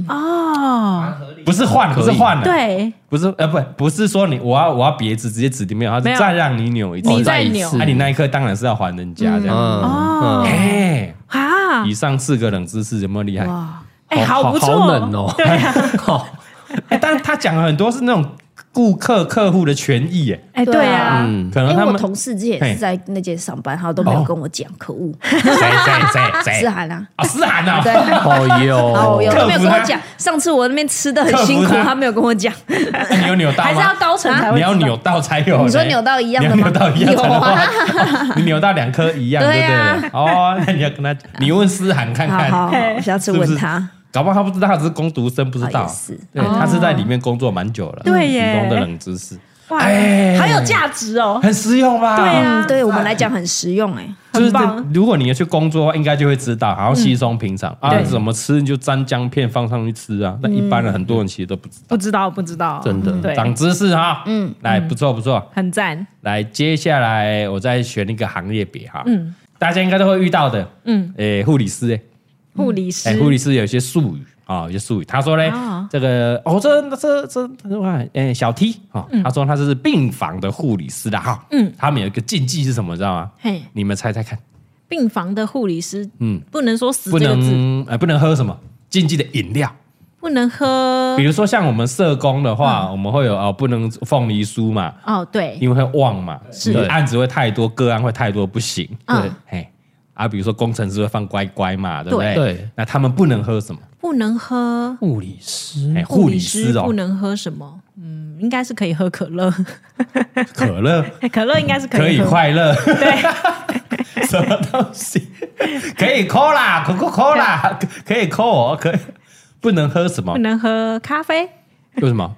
Speaker 5: 哦，
Speaker 2: 不是换，不是换了，，
Speaker 5: 对，
Speaker 2: 不是呃，不，不是说你我要我要别指直接指定没有，他
Speaker 5: 没
Speaker 2: 是
Speaker 5: 有
Speaker 2: 再让你扭一次，
Speaker 5: 你
Speaker 2: 再
Speaker 5: 再
Speaker 4: 一
Speaker 5: 扭
Speaker 4: 次
Speaker 2: 那、啊你那一刻当然是要还人家这样。
Speaker 4: 嗯，
Speaker 5: 哦，
Speaker 2: 哎、
Speaker 5: 啊，
Speaker 2: 以上四个冷知识有没有厉害？
Speaker 5: 哎，好不错，
Speaker 4: 好冷哦
Speaker 5: 对啊，
Speaker 2: 哎、但是他讲了很多是那种顾客客户的权益，哎，
Speaker 5: 哎，对啊，
Speaker 2: 嗯，可能
Speaker 3: 因为
Speaker 2: 他
Speaker 3: 哎我
Speaker 2: 们
Speaker 3: 同事之前也
Speaker 2: 嘿哦
Speaker 3: 是在那间上班，他都没有跟我讲，可恶，
Speaker 2: 谁谁谁
Speaker 3: 是
Speaker 2: 谁
Speaker 3: 喊啊，
Speaker 2: 啊，思涵
Speaker 3: 对
Speaker 2: 啊，。
Speaker 4: 哦
Speaker 3: 哦，有
Speaker 4: 哟，
Speaker 3: 他没
Speaker 2: 克
Speaker 3: 有跟
Speaker 2: 服
Speaker 3: 我
Speaker 2: 他
Speaker 3: 讲，上次我那边吃的很
Speaker 2: 克服
Speaker 3: 辛苦，
Speaker 2: 他
Speaker 3: 他没有跟我讲，
Speaker 2: 你有扭到
Speaker 5: 还是要
Speaker 2: 吗？
Speaker 5: 高层才会
Speaker 2: 你
Speaker 5: 知道
Speaker 2: 要扭到才有嘞。
Speaker 3: 你说扭到一样的吗
Speaker 2: 你要扭到一样才能
Speaker 3: 有啊
Speaker 2: 换哦 你扭到两颗一样，对
Speaker 3: 对
Speaker 2: 不
Speaker 3: 啊
Speaker 2: 对？哦，那你要跟他，你问思涵看
Speaker 3: 好
Speaker 2: 看。
Speaker 3: 好，好
Speaker 5: 嘿
Speaker 3: 我下次
Speaker 2: 是不是
Speaker 3: 问他，
Speaker 2: 搞不好他不知道，他只是工读生，不知道。
Speaker 3: 哦也是
Speaker 2: 对
Speaker 5: 哦
Speaker 2: 他是在里面工作蛮久了，
Speaker 5: 对耶
Speaker 2: 提供的冷知识
Speaker 5: 哇，
Speaker 2: 哎
Speaker 5: 好有价值哦，
Speaker 2: 很实用吧？
Speaker 5: 对啊
Speaker 3: 嗯，对我们来讲很实用哎，
Speaker 2: 就是
Speaker 5: 很棒
Speaker 2: 如果你去工作，应该就会知道，然后稀松平常啊，
Speaker 5: 对
Speaker 2: 怎么吃你就沾姜片放上去吃啊。但一般人很多人其实都不知
Speaker 5: 不知道不知道，
Speaker 4: 真的
Speaker 5: 对，
Speaker 2: 长知识哈。嗯，来，不错不错。
Speaker 5: 很赞，
Speaker 2: 来，接下来我再选一个行业别哈。嗯，大家应该都会遇到的。嗯，诶，护理师诶，
Speaker 5: 护理师
Speaker 2: 哎，，护理师有一些术语啊、有些术语。他说嘞，
Speaker 5: 哦
Speaker 2: 这个哦，这这这这哇，哎，小 T 啊、他说他是病房的护理师的哈。嗯，他们有一个禁忌是什么，知道吗？
Speaker 5: 嘿，
Speaker 2: 你们猜猜看，
Speaker 5: 病房的护理师，
Speaker 2: 嗯
Speaker 5: 嗯，不能说死
Speaker 2: 不
Speaker 5: 这个字，
Speaker 2: 能呃不能喝什么禁忌的饮料，
Speaker 5: 不能喝
Speaker 2: 比，如说像我们社工的话，
Speaker 5: 嗯
Speaker 2: 我们会有哦不能凤梨酥嘛，
Speaker 5: 哦，对，
Speaker 2: 因为会忘嘛，
Speaker 5: 是
Speaker 2: 你案子会太多，个案会太多，不行。
Speaker 5: 嗯
Speaker 2: 对，嘿。啊，比如说工程师会放乖乖嘛，对不对？
Speaker 4: 对对
Speaker 2: 那他们不能喝什么？
Speaker 5: 不能喝。
Speaker 4: 护理师
Speaker 2: 哎，
Speaker 5: 嗯护
Speaker 2: 护理师哦
Speaker 5: 不，能喝什么？嗯，应该是可以喝可乐，
Speaker 2: 可乐、
Speaker 5: 可乐应该是
Speaker 2: 可
Speaker 5: 以
Speaker 2: 以
Speaker 5: 喝。
Speaker 2: 快乐， 什么东西？可以 cola、coca cola，可以 cola，可以不能喝什么
Speaker 5: 不？能喝咖啡，
Speaker 2: 为什么？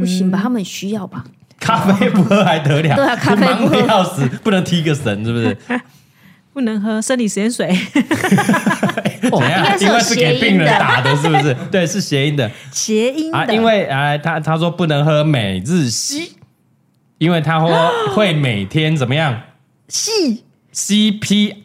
Speaker 3: 不行吧？他们需要吧？
Speaker 2: 咖啡不喝还得了？
Speaker 3: 对啊咖啡不喝
Speaker 2: 忙得要死，不能踢个神，是不是？
Speaker 5: 不能喝生理实验水，
Speaker 2: 怎样？
Speaker 3: 哦该是有
Speaker 2: 因为是给
Speaker 3: 谐
Speaker 2: 病
Speaker 3: 音的
Speaker 2: 人打的，是不是？对，是谐音的
Speaker 5: 谐音
Speaker 2: 啊。
Speaker 5: 的。
Speaker 2: 因为啊，他他说不能喝每日吸，因为他会会每天怎么样
Speaker 5: 戏，
Speaker 2: ？CPR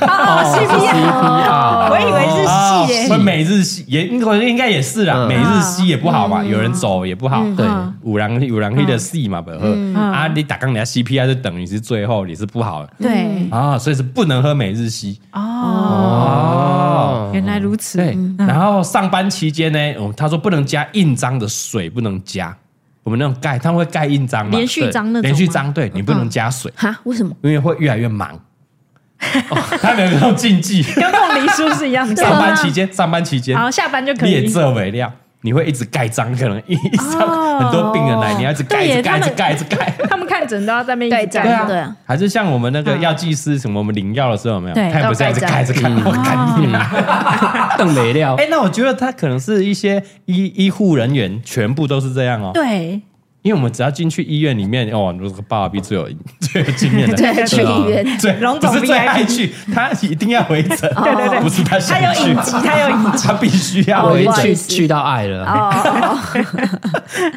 Speaker 4: 啊
Speaker 5: 我以为是
Speaker 2: 啊
Speaker 5: 戏耶。
Speaker 2: 会每日吸也应该应该也是啦，
Speaker 4: 嗯
Speaker 2: 每日吸也不好
Speaker 3: 嗯
Speaker 2: 嘛，有人走也不好，
Speaker 4: 对
Speaker 2: 五郎有郎黑的 C 嘛，不喝
Speaker 3: 嗯
Speaker 2: 啊，你打刚你的 CPR 就等于是最后你是不好的
Speaker 5: 对，
Speaker 2: 啊，所以是不能喝每日吸哦。
Speaker 5: 哦，原来如此。
Speaker 2: 对，然后上班期间呢，我们他说不能加印章的水不能加，我们那种盖，它会盖印章嘛，
Speaker 5: 连续章那
Speaker 2: 对
Speaker 5: 种
Speaker 2: 连续
Speaker 5: 吗嗯
Speaker 2: 章，对你不能加水，
Speaker 3: 哈？为什么？
Speaker 2: 因为会越来越 忙。哦、它没有那种禁忌，
Speaker 5: 跟凤梨酥是一样的。
Speaker 2: 上班期间，上班期间，
Speaker 5: 好，下班就可
Speaker 2: 你也
Speaker 5: 以。
Speaker 2: 这为料，你会一直盖章，可能一一上、
Speaker 5: 哦
Speaker 2: 很多病人来，你要一直盖，
Speaker 5: 对
Speaker 2: 一
Speaker 5: 耶
Speaker 2: 直盖，一
Speaker 5: 他
Speaker 2: 直
Speaker 5: 们
Speaker 2: 盖，一直 盖。
Speaker 5: 他们看诊都要在那边一直
Speaker 3: 对
Speaker 5: 站
Speaker 3: 对啊
Speaker 5: 着
Speaker 2: 还是像我们那个药剂师什么，我们领药的时候有没有？
Speaker 5: 对
Speaker 2: 他也不是一直盖，一直盖，
Speaker 5: 嗯
Speaker 2: 我看你啊。
Speaker 4: 邓没料
Speaker 2: 哎，那我觉得他可能是一些医医护人员全部都是这样哦，
Speaker 5: 对，
Speaker 2: 因为我们只要进去医院里面，哦，如果爸爸比最有 最有经验的，
Speaker 3: 对，去医院。
Speaker 2: 最
Speaker 5: 荣
Speaker 2: 不
Speaker 5: 总
Speaker 2: 是最
Speaker 5: VIP
Speaker 2: 爱去，他一定要回 诊，对
Speaker 5: 哦对对
Speaker 2: 不是他想
Speaker 5: 他有
Speaker 2: 去
Speaker 5: 隐，疾，他有隐疾。 哦
Speaker 2: 他必须要
Speaker 4: 我
Speaker 2: 回
Speaker 4: 已
Speaker 2: 诊
Speaker 4: 经
Speaker 3: 不好意
Speaker 4: 去
Speaker 3: 思
Speaker 4: 去到爱了，
Speaker 3: 哦，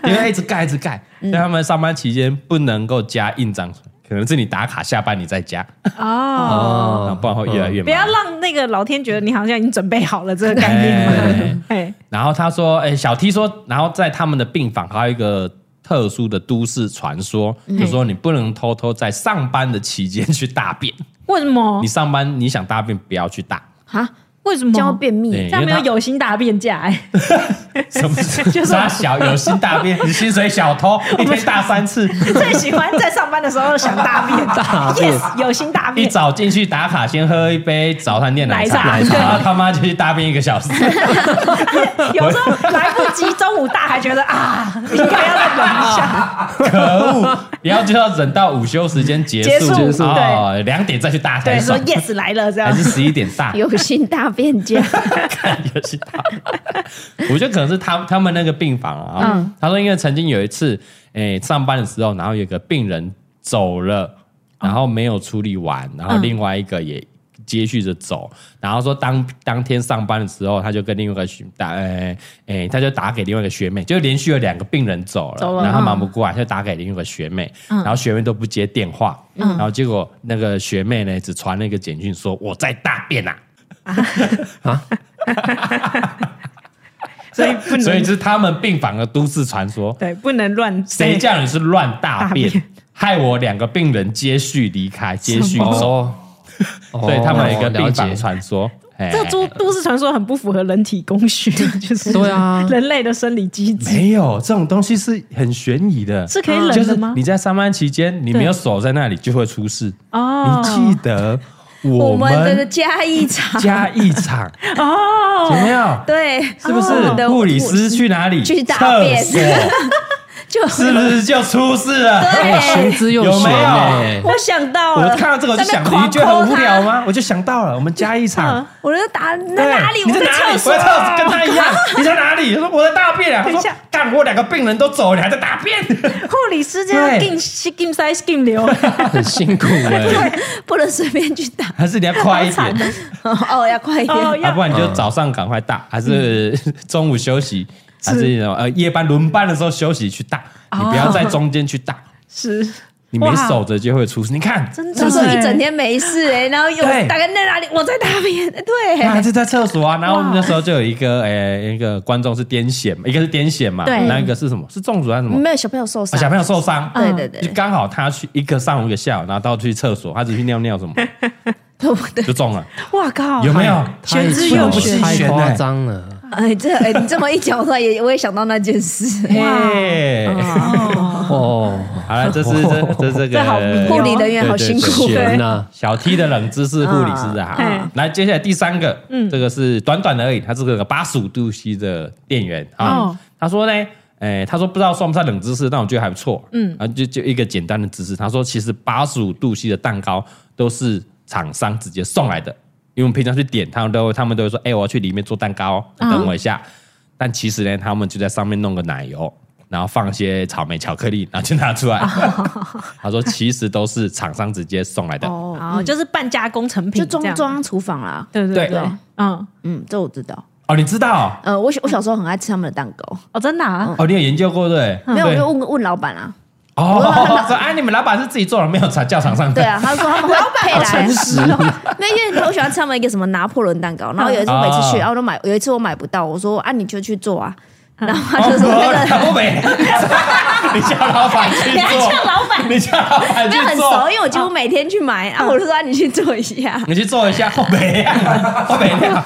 Speaker 2: 因为一直盖一直盖，
Speaker 5: 嗯
Speaker 2: 所以他们上班期间不能够加印章，可能是你打卡下班你再加，
Speaker 5: 哦，
Speaker 2: 然后不然会越来越
Speaker 5: 不
Speaker 2: 忙。
Speaker 5: 要让那个老天觉得你好像已经准备好了这个概
Speaker 2: 哎
Speaker 5: 念。哎，
Speaker 2: 然后他说，哎、小 T 说，然后在他们的病房还有一个特殊的都市传说，
Speaker 5: 嗯
Speaker 2: 就说你不能偷偷在上班的期间去大便，
Speaker 5: 为什么
Speaker 2: 你？上班你想大便不要去 大，
Speaker 3: 哈，
Speaker 5: 为 什
Speaker 3: 这样
Speaker 5: 么
Speaker 3: 会？便秘
Speaker 2: 对
Speaker 5: 这样没有
Speaker 2: 因为他
Speaker 5: 有心大便假 哎。
Speaker 2: 什么
Speaker 5: 就是
Speaker 2: 傻小有心大 便，你薪水小偷一天大三次，
Speaker 5: 最喜欢在上班的时候想大便，大便 yes, 有心大
Speaker 2: 一
Speaker 5: 便，
Speaker 2: 早进去打卡先喝一杯早餐店奶茶，
Speaker 5: 奶茶
Speaker 2: 然后他妈就去大便一个小 时。
Speaker 5: 有时候来不及，中午大还觉得啊，应该要再忍一下。
Speaker 2: 可恶！你要就要忍到午休时间结
Speaker 5: 结
Speaker 2: 束，
Speaker 5: 束
Speaker 2: 哦，两点再去大才
Speaker 5: 对，说
Speaker 2: 爽，
Speaker 5: yes 来了这样
Speaker 2: 还。是十一点大？
Speaker 3: 有心大便 假，
Speaker 2: 游戏大， 我觉得可能是他他们那个病房啊。
Speaker 3: 嗯
Speaker 2: 他说，因为曾经有一次，诶、上班的时候，然后有个病人走
Speaker 5: 哦
Speaker 2: 了，然后没有处理完，然
Speaker 5: 嗯
Speaker 2: 后另外一个也接续着走，然后说当当天上班的时候，他就跟另外一个学打，诶、诶、他就打给另外一个学妹，就连续有两个病人走了，
Speaker 5: 走了嗯
Speaker 2: 然后他忙不过来，就打给另外一个学妹，然后学妹都不接电话，
Speaker 5: 嗯
Speaker 2: 然后结果那个学妹呢，只传了一个简讯说我在大便啊。
Speaker 5: 所以不能
Speaker 2: 所以就是他们病房的都市传说。
Speaker 5: 对，不能乱
Speaker 2: 谁叫你是乱大便，
Speaker 5: 大便
Speaker 2: 害我两个病人接续离开，接续走。
Speaker 4: 哦，
Speaker 2: 所以他们有一个
Speaker 4: 了
Speaker 2: 病
Speaker 4: 解
Speaker 2: 房传说，哎
Speaker 5: 这都都市传说很不符合人体工学， 就是
Speaker 4: 对啊
Speaker 5: 人类的生理机制
Speaker 2: 没有这种东西是很悬疑的，
Speaker 5: 是可以
Speaker 2: 就是
Speaker 5: 忍的吗
Speaker 2: 你？在上班期间，你没有守在那里就会出事。
Speaker 5: 哦
Speaker 2: 你记得
Speaker 3: 我
Speaker 2: 我
Speaker 3: 们的
Speaker 2: 们
Speaker 3: 加一场，
Speaker 2: 加一场
Speaker 5: 哦，
Speaker 2: 有 没有？
Speaker 3: 对，
Speaker 2: 是不
Speaker 3: 我们
Speaker 2: 是
Speaker 3: 的
Speaker 2: 护理师去哪里？
Speaker 3: 去大便
Speaker 2: 厕所
Speaker 3: 就是
Speaker 2: 不是就出事 了？
Speaker 4: 哎玄之又
Speaker 2: 有
Speaker 4: 玄
Speaker 2: 没有
Speaker 4: 欸
Speaker 5: 我想到
Speaker 2: 我
Speaker 5: 了，
Speaker 2: 看到这个我就想，
Speaker 3: 哦在那边
Speaker 2: 你觉得很无
Speaker 3: 狂抠
Speaker 2: 聊吗？我就想到了，我们加一场。
Speaker 3: 我就打那
Speaker 2: 对
Speaker 3: 哪里？
Speaker 2: 你
Speaker 3: 我
Speaker 2: 在哪里？
Speaker 3: 厕
Speaker 2: 我
Speaker 3: 所
Speaker 2: 在厕所，
Speaker 5: 啊
Speaker 2: 跟他一 样。你在哪里？他说我在大便啊。他
Speaker 5: 等一
Speaker 2: 说
Speaker 5: 下
Speaker 2: 干，我两个病人都走，你还在大 便？
Speaker 5: 护理师这样
Speaker 2: 对
Speaker 5: skin skin 塞 skin 流，
Speaker 4: 很辛苦哎，
Speaker 3: 不能随便去打。
Speaker 2: 还是你要快一点，
Speaker 3: 哦，要嗯快一点。
Speaker 5: 哦，
Speaker 2: 要
Speaker 5: 要
Speaker 2: 不然你就早上赶快大，还是 中午休息，还是呃夜班轮班的时候休息去大，
Speaker 3: 哦
Speaker 2: 你不要在中间去大，
Speaker 5: 是
Speaker 2: 你没
Speaker 5: 哇
Speaker 2: 守着就会出事。你看，
Speaker 5: 真的
Speaker 3: 他说
Speaker 5: 耶
Speaker 3: 一整天没事哎，然后又
Speaker 2: 对
Speaker 3: 大概在哪里？我在大便，
Speaker 2: 他还
Speaker 3: 对，
Speaker 2: 是在厕所啊。然后那时候就有一个诶，一个观众是癫痫嘛，一个是癫痫嘛，
Speaker 5: 对
Speaker 2: 然后一个是什么？是中暑还是什么？
Speaker 3: 没有小朋友受
Speaker 2: 啊
Speaker 3: 伤，
Speaker 2: 小朋友受伤，
Speaker 3: 对对对
Speaker 2: 就刚好他去一个上午一个下午，然后到去厕所，他只去尿尿什么
Speaker 3: 对不 对？
Speaker 2: 就中了。
Speaker 5: 哇靠，
Speaker 2: 有没有？
Speaker 5: 玄之
Speaker 4: 太
Speaker 5: 又
Speaker 2: 不是
Speaker 5: 玄，
Speaker 4: 太
Speaker 2: 玄
Speaker 4: 夸
Speaker 2: 欸
Speaker 4: 张了，
Speaker 3: 哎，这哎，你这么一讲，我突然也我也想到那件事。
Speaker 2: 嘿，
Speaker 4: 哦，
Speaker 2: 好了，这是这这这
Speaker 5: 这好
Speaker 2: 个
Speaker 3: 护理人员好辛苦，
Speaker 4: 悬呐，
Speaker 2: 小 T 的冷知识护理师的哈
Speaker 5: 嗯。
Speaker 2: 来，接下来第三个，这个是短短的而已，它是个八十五度 C 的店员啊
Speaker 5: 哦。
Speaker 2: 他说呢。哎，他说不知道算不算冷知识，但我觉得还不错。嗯，啊，就就一个简单的知识。他说，其实八十五度 C 的蛋糕都是厂商直接送来的，因为我们平常去点，他们都会他们都会说，哎、我要去里面做蛋糕哦，等我一下。
Speaker 5: 嗯
Speaker 2: 但其实呢，他们就在上面弄个奶油，然后放一些草莓巧克力，然后就拿 出来。他说，其实都是厂商直接送来的。
Speaker 5: 哦，就是半加工成品，
Speaker 3: 就中
Speaker 5: 装，
Speaker 3: 装厨房啦。
Speaker 5: 对对
Speaker 2: 对
Speaker 5: 对，嗯，
Speaker 3: 嗯，这我知道。
Speaker 2: 哦，你知道？
Speaker 3: 呃，我小我小时候很爱吃他们的蛋糕，
Speaker 5: 哦，真的啊，
Speaker 2: 哦，你有研究过对不对？
Speaker 3: 没有我
Speaker 2: 对
Speaker 3: 就问问老板啊，
Speaker 2: 哦，说哎，你们老板是自己做的，没有厂叫厂商的
Speaker 3: 对。啊，他说他们会配来，没有因为我喜欢吃他们一个什么拿破仑蛋糕，然后有一次我每次去，
Speaker 2: 哦
Speaker 3: 然后我都买，有一次我买不到，我说啊你就去做啊，然后他就说
Speaker 2: 哦
Speaker 3: 那个
Speaker 2: 不美，你叫老板去
Speaker 3: 你还
Speaker 2: 做，
Speaker 3: 叫老板
Speaker 2: 你叫老板
Speaker 3: 没有
Speaker 2: 去
Speaker 3: 很熟，
Speaker 2: 做，
Speaker 3: 因为我几乎每天去买，然后我就说啊你去做一 下。
Speaker 2: 你去做一下，后美啊，后美啊，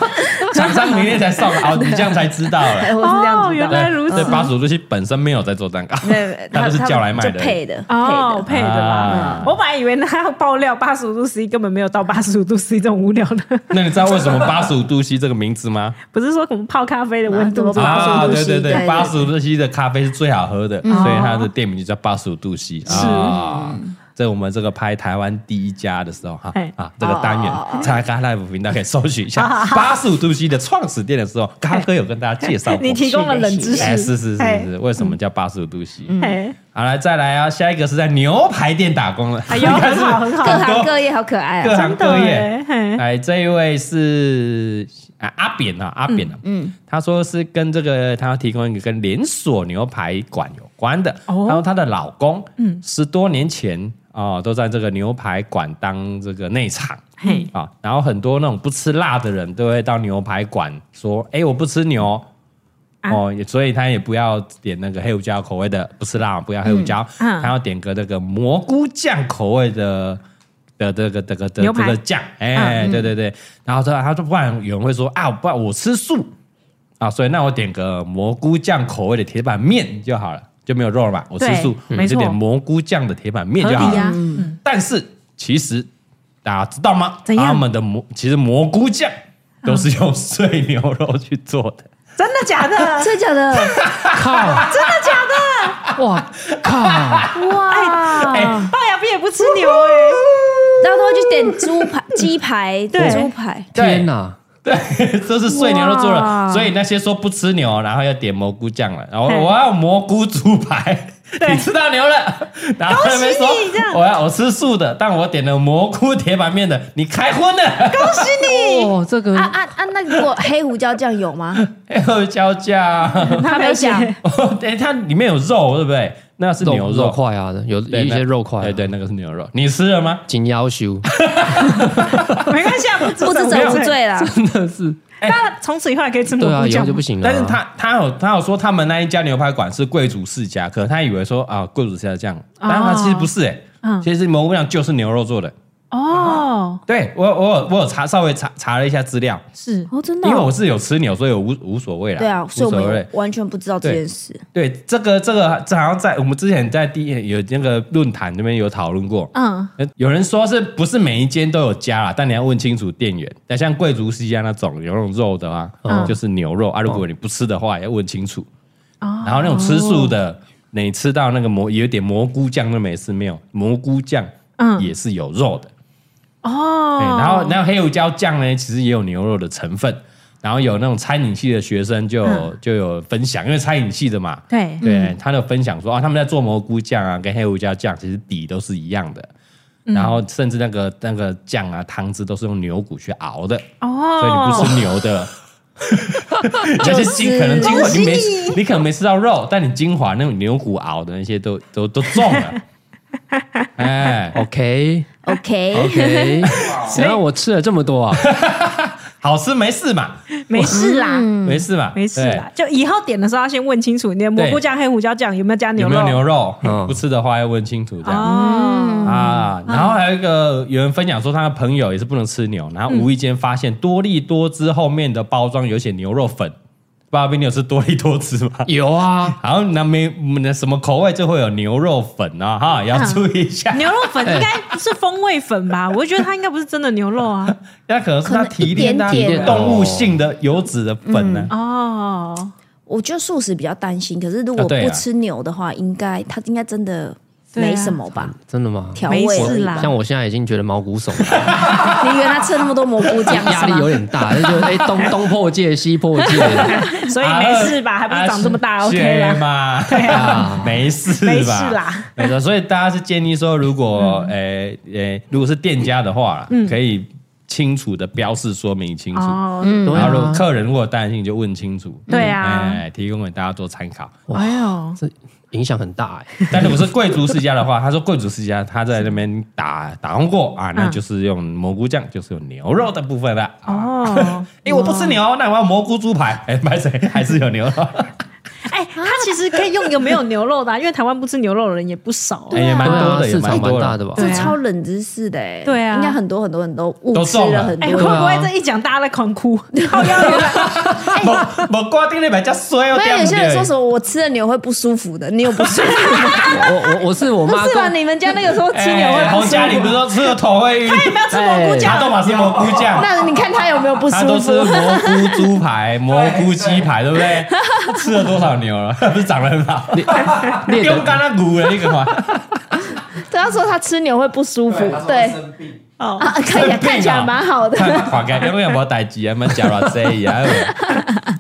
Speaker 2: 厂商明天才送，好，你这样才知道了。
Speaker 3: 哎我是这样
Speaker 6: 哦
Speaker 3: 子
Speaker 6: 原
Speaker 3: 的，
Speaker 6: 来如此
Speaker 2: 对，巴蜀路西本身没有在做蛋糕，
Speaker 3: 没有没有，
Speaker 2: 他就是叫来卖的
Speaker 3: 就配的
Speaker 6: 哦，
Speaker 3: 配
Speaker 6: 配
Speaker 3: 的。
Speaker 6: 的啦
Speaker 2: 啊。
Speaker 6: 我本来以为他要爆料八十五度 C 根本没有到八十五度 C 这种无聊的，
Speaker 2: 那你知道为什么八十五度 C 这个名字吗？
Speaker 6: 不是说我们泡咖啡的温度
Speaker 3: 啊怎么
Speaker 6: 吗？
Speaker 3: 85
Speaker 2: 啊，
Speaker 3: 度
Speaker 2: 对
Speaker 3: C，
Speaker 2: 对
Speaker 3: 对对
Speaker 2: 对，八十五度 C 的咖啡是最好喝
Speaker 6: 嗯
Speaker 2: 的，所以它的店名就叫八十五度 C 啊。在我们这个拍台湾第一家的时候，哈
Speaker 6: 哎
Speaker 2: 啊，这个单元
Speaker 3: 哦哦哦
Speaker 2: 查咖 Live 频道可以搜取 一下八十五度 C 的创始店的时候，咖哥有跟大家介绍 过。
Speaker 6: 你提供了冷知
Speaker 2: 哎，
Speaker 6: 识，
Speaker 2: 是是是
Speaker 6: 哎
Speaker 2: 是，为什么叫八十五度 C？
Speaker 6: 哎，
Speaker 2: 好来再来啊，下一个是在牛排店打工的，
Speaker 6: 哎 呦，很好很
Speaker 3: 各
Speaker 6: 好，
Speaker 3: 行各业好可爱
Speaker 2: 各
Speaker 3: 啊！
Speaker 2: 行各
Speaker 6: 哎真的
Speaker 2: 业
Speaker 6: 耶嘿。
Speaker 2: 哎，这一位是啊阿扁啊，阿扁啊，嗯，他说是跟这个他要提供一个跟连锁牛排馆有关的。
Speaker 6: 哦
Speaker 2: 他说她的老公，嗯，十多年前哦，都在这个牛排馆当这个内场。
Speaker 6: 嘿，
Speaker 2: 啊，然后很多那种不吃辣的人都会到牛排馆说：“哎，我不吃牛。”
Speaker 6: 啊
Speaker 2: 哦，也所以他也不要点那个黑胡椒口味的，不吃辣，不要黑胡椒，
Speaker 6: 嗯
Speaker 2: 他要点个那个蘑菇酱口味的的这个这个的
Speaker 6: 牛
Speaker 2: 这
Speaker 6: 排嗯
Speaker 2: 个酱，哎，对对对，然后他他说不然有人会说啊，不然我吃素啊，所以那我点个蘑菇酱口味的铁板面就好了，就没有肉了嘛，我吃
Speaker 6: 对
Speaker 2: 素，
Speaker 6: 没
Speaker 2: 你
Speaker 6: 错啊
Speaker 2: 就点蘑菇酱的铁板面就好
Speaker 3: 合理
Speaker 2: 了
Speaker 3: 呀。
Speaker 2: 但是其实大家知道吗？
Speaker 6: 嗯怎样
Speaker 2: 他们的蘑其实蘑菇酱都是用碎牛肉去做的。
Speaker 6: 真的假的？
Speaker 3: 真的假的？
Speaker 4: 靠，
Speaker 6: 真的假 的？
Speaker 4: 哇靠，
Speaker 6: 哇，
Speaker 2: 哎
Speaker 6: 龅牙 B 也不吃牛哎，
Speaker 3: 然后他会去点猪排、鸡排、
Speaker 6: 对
Speaker 3: 猪排，
Speaker 4: 天哪！
Speaker 2: 对， 这是碎牛肉做
Speaker 6: 哇
Speaker 2: 的，所以那些说不吃牛，然后要点蘑菇酱了，然后
Speaker 6: 嘿
Speaker 2: 我要蘑菇猪排，你吃到牛了， 然后那边说
Speaker 6: 恭喜你这样
Speaker 2: 我要我吃素的，但我点了蘑菇铁板面的，你开荤了，
Speaker 4: 哦，这个
Speaker 3: 啊啊啊！那如果黑胡椒酱有吗？
Speaker 2: 哎呦，椒酱，
Speaker 3: 他没有讲，
Speaker 2: 哎，它里面有肉对不对？那是
Speaker 4: 肉
Speaker 2: 牛
Speaker 4: 肉
Speaker 2: 肉，
Speaker 4: 块啊，有有
Speaker 2: 对
Speaker 4: 一
Speaker 2: 那
Speaker 4: 些肉块啊，
Speaker 2: 对对，那个是牛肉，你吃了吗？
Speaker 4: 紧要 求，
Speaker 6: 没关系啊，不
Speaker 3: 不
Speaker 6: 知怎
Speaker 3: 知者
Speaker 6: 么
Speaker 3: 无罪啦。
Speaker 4: 真的是，
Speaker 6: 当然，从此以后还可以吃蘑
Speaker 4: 对啊，
Speaker 6: 菇
Speaker 4: 以后
Speaker 6: 酱
Speaker 4: 就不行了啊。
Speaker 2: 但是他他有他有说他们那一家牛排馆是贵族世家，可他以为说啊贵族世家这样，但他其实不是哎、
Speaker 6: 哦嗯
Speaker 2: 其实蘑菇酱就是牛肉做的。
Speaker 6: 哦，
Speaker 2: 对我我有我有查稍微查查了一下资料，
Speaker 6: 是
Speaker 3: 哦，真的
Speaker 2: 因为
Speaker 3: 哦。
Speaker 2: 我是有吃牛，所以我无无所谓啦。
Speaker 3: 对啊，
Speaker 2: 无
Speaker 3: 所以
Speaker 2: 所
Speaker 3: 我们
Speaker 2: 谓。
Speaker 3: 完全不知道这件事。
Speaker 2: 对这个这个这好像在我们之前在第一有那个论坛那边有讨论过。
Speaker 6: 嗯，
Speaker 2: 呃有人说是不是每一间都有加啦？但你要问清楚店员。那像贵族世家那种有那种肉的啊，
Speaker 3: 嗯
Speaker 2: 就是牛肉啊。如果你不吃的话，也要问清楚。
Speaker 3: 哦
Speaker 2: 然后那种吃素的，你吃到那个蘑有点蘑菇酱那没事没有，蘑菇酱
Speaker 6: 嗯
Speaker 2: 也是有肉的。
Speaker 6: 哦
Speaker 2: 对，哎然后然后黑胡椒酱呢，其实也有牛肉的成分。然后有那种餐饮系的学生就有、
Speaker 6: 嗯
Speaker 2: 就有分享，因为餐饮系的嘛，
Speaker 6: 对
Speaker 2: 对，他就分享说啊，他们在做蘑菇酱啊，跟黑胡椒酱其实底都是一样的，
Speaker 6: 嗯
Speaker 2: 然后甚至那个那个酱啊汤汁都是用牛骨去熬的，所以你
Speaker 6: 哦，
Speaker 2: 不吃牛 的。就是经可能经过你没吃你可能没吃到肉，但你精华那种牛骨熬的那些都都都中 了，哎，
Speaker 4: OK
Speaker 3: 啊 OK，
Speaker 4: OK，然后我吃了这么 多啊，
Speaker 2: 好吃没事嘛，
Speaker 6: 没事啦，
Speaker 3: 嗯
Speaker 2: 没事嘛，
Speaker 6: 嗯没事啊
Speaker 2: 对
Speaker 6: 啦，就以后点的时候要先问清楚你的蘑菇酱、黑胡椒酱有没有加牛
Speaker 2: 有
Speaker 6: 肉。
Speaker 2: 没有牛肉
Speaker 4: 嗯？
Speaker 2: 不吃的话要问清楚这样。
Speaker 6: 哦，
Speaker 2: 啊，然后还有一个有人分享说，他的朋友也是不能吃牛，然后无意间发现多利多汁后面的包装有写牛肉粉，不知道你有吃多利多汁 吗？
Speaker 4: 有啊，
Speaker 2: 然后那没那什么口味就会有牛肉粉啊，哈，
Speaker 3: 嗯
Speaker 2: 要注意一下。
Speaker 6: 牛肉粉
Speaker 5: 哎
Speaker 6: 应该是风味粉 吧？我觉得它应该不是真的牛肉啊。
Speaker 2: 那可能是它提炼它
Speaker 3: 可能一点
Speaker 4: 点
Speaker 2: 动物性的油脂的粉呢。
Speaker 6: 哦，
Speaker 3: 我觉得素食比较担心，可是如果
Speaker 2: 啊对啊
Speaker 3: 不吃牛的话，应该它应该真的
Speaker 6: 对啊
Speaker 3: 没什么吧？
Speaker 4: 真的吗？
Speaker 3: 调
Speaker 6: 没
Speaker 3: 味
Speaker 6: 事
Speaker 3: 而已吧
Speaker 6: 啦
Speaker 4: 像我现在已经觉得毛骨悚然，
Speaker 3: 你原来吃了那么多蘑菇酱，
Speaker 4: 压力有点大， 就觉得哎东东破戒西破 戒，
Speaker 6: 所以没事吧？还不是长这么大
Speaker 2: 啊
Speaker 6: ，OK
Speaker 2: 是
Speaker 6: 啦。
Speaker 2: 嘛？
Speaker 6: 对
Speaker 4: 啊
Speaker 2: 没事吧？
Speaker 6: 没事啦嗯
Speaker 2: 没错。所以大家是建议说，如果诶诶，如果是店家的话啦，可以清楚的标示说明清楚。
Speaker 6: 哦，
Speaker 4: 对
Speaker 2: 然后，如果
Speaker 4: 啊，
Speaker 2: 客人如果有担心，就问清楚。
Speaker 6: 对啊
Speaker 2: 哎，提供给大家做参考。
Speaker 6: 哎呦，
Speaker 4: 这影响很大哎，
Speaker 2: 但如果是贵族世家的话，他说贵族世家他在那边打打工过啊，那就是用蘑菇酱，就是有牛肉的部分了。啊，
Speaker 6: 哦，
Speaker 2: 哎，我不吃牛，那我要蘑菇猪排。哎，买谁还是有牛肉？
Speaker 5: 其实可以用有没有牛肉的啊、因为台湾不吃牛肉的人也不少啊、
Speaker 2: 哎也蛮多的，
Speaker 4: 对啊
Speaker 2: 也
Speaker 4: 市
Speaker 2: 蛮
Speaker 4: 场
Speaker 2: 多的
Speaker 4: 蛮大的吧？
Speaker 6: 对
Speaker 3: 这
Speaker 6: 啊
Speaker 3: 超冷知识的哎，
Speaker 6: 对啊
Speaker 3: 应该很多很多人都误
Speaker 2: 都
Speaker 3: 吃
Speaker 2: 中了
Speaker 3: 很
Speaker 5: 哎、
Speaker 3: 多
Speaker 5: 会。不
Speaker 4: 啊
Speaker 5: 会这一讲大家在狂哭？靠腰
Speaker 2: 我我挂定那把叫衰哦，
Speaker 3: 没有有些人说什
Speaker 2: 么？
Speaker 3: 么我吃了牛会不舒服的，你有不舒 服吗？
Speaker 4: 我我我是我
Speaker 3: 不
Speaker 4: 妈
Speaker 3: 是吧？
Speaker 4: 跟
Speaker 3: 你们家那个时候吃牛会
Speaker 2: 哎
Speaker 3: 不
Speaker 2: 洪
Speaker 3: 舒
Speaker 2: 嘉玲不
Speaker 3: 服
Speaker 2: 是？说吃了头会晕，
Speaker 5: 不要吃蘑菇酱
Speaker 2: 他，都嘛是蘑菇酱，
Speaker 3: 那你看他有没有不舒
Speaker 2: 他都 吃
Speaker 3: 服？
Speaker 2: 蘑菇猪排、蘑菇鸡排，对不对？吃了多少牛了？ 不是长得很好？
Speaker 4: 列
Speaker 2: 用
Speaker 4: 的
Speaker 2: 干那骨的一个嘛，
Speaker 3: 对，他说他吃牛会不舒服，对
Speaker 5: 哦
Speaker 3: 啊， 看
Speaker 2: 生病
Speaker 3: 起来
Speaker 2: 啊
Speaker 3: 看起来蛮好的，
Speaker 2: 看看起来有没有无代志啊？蛮假啦这一样。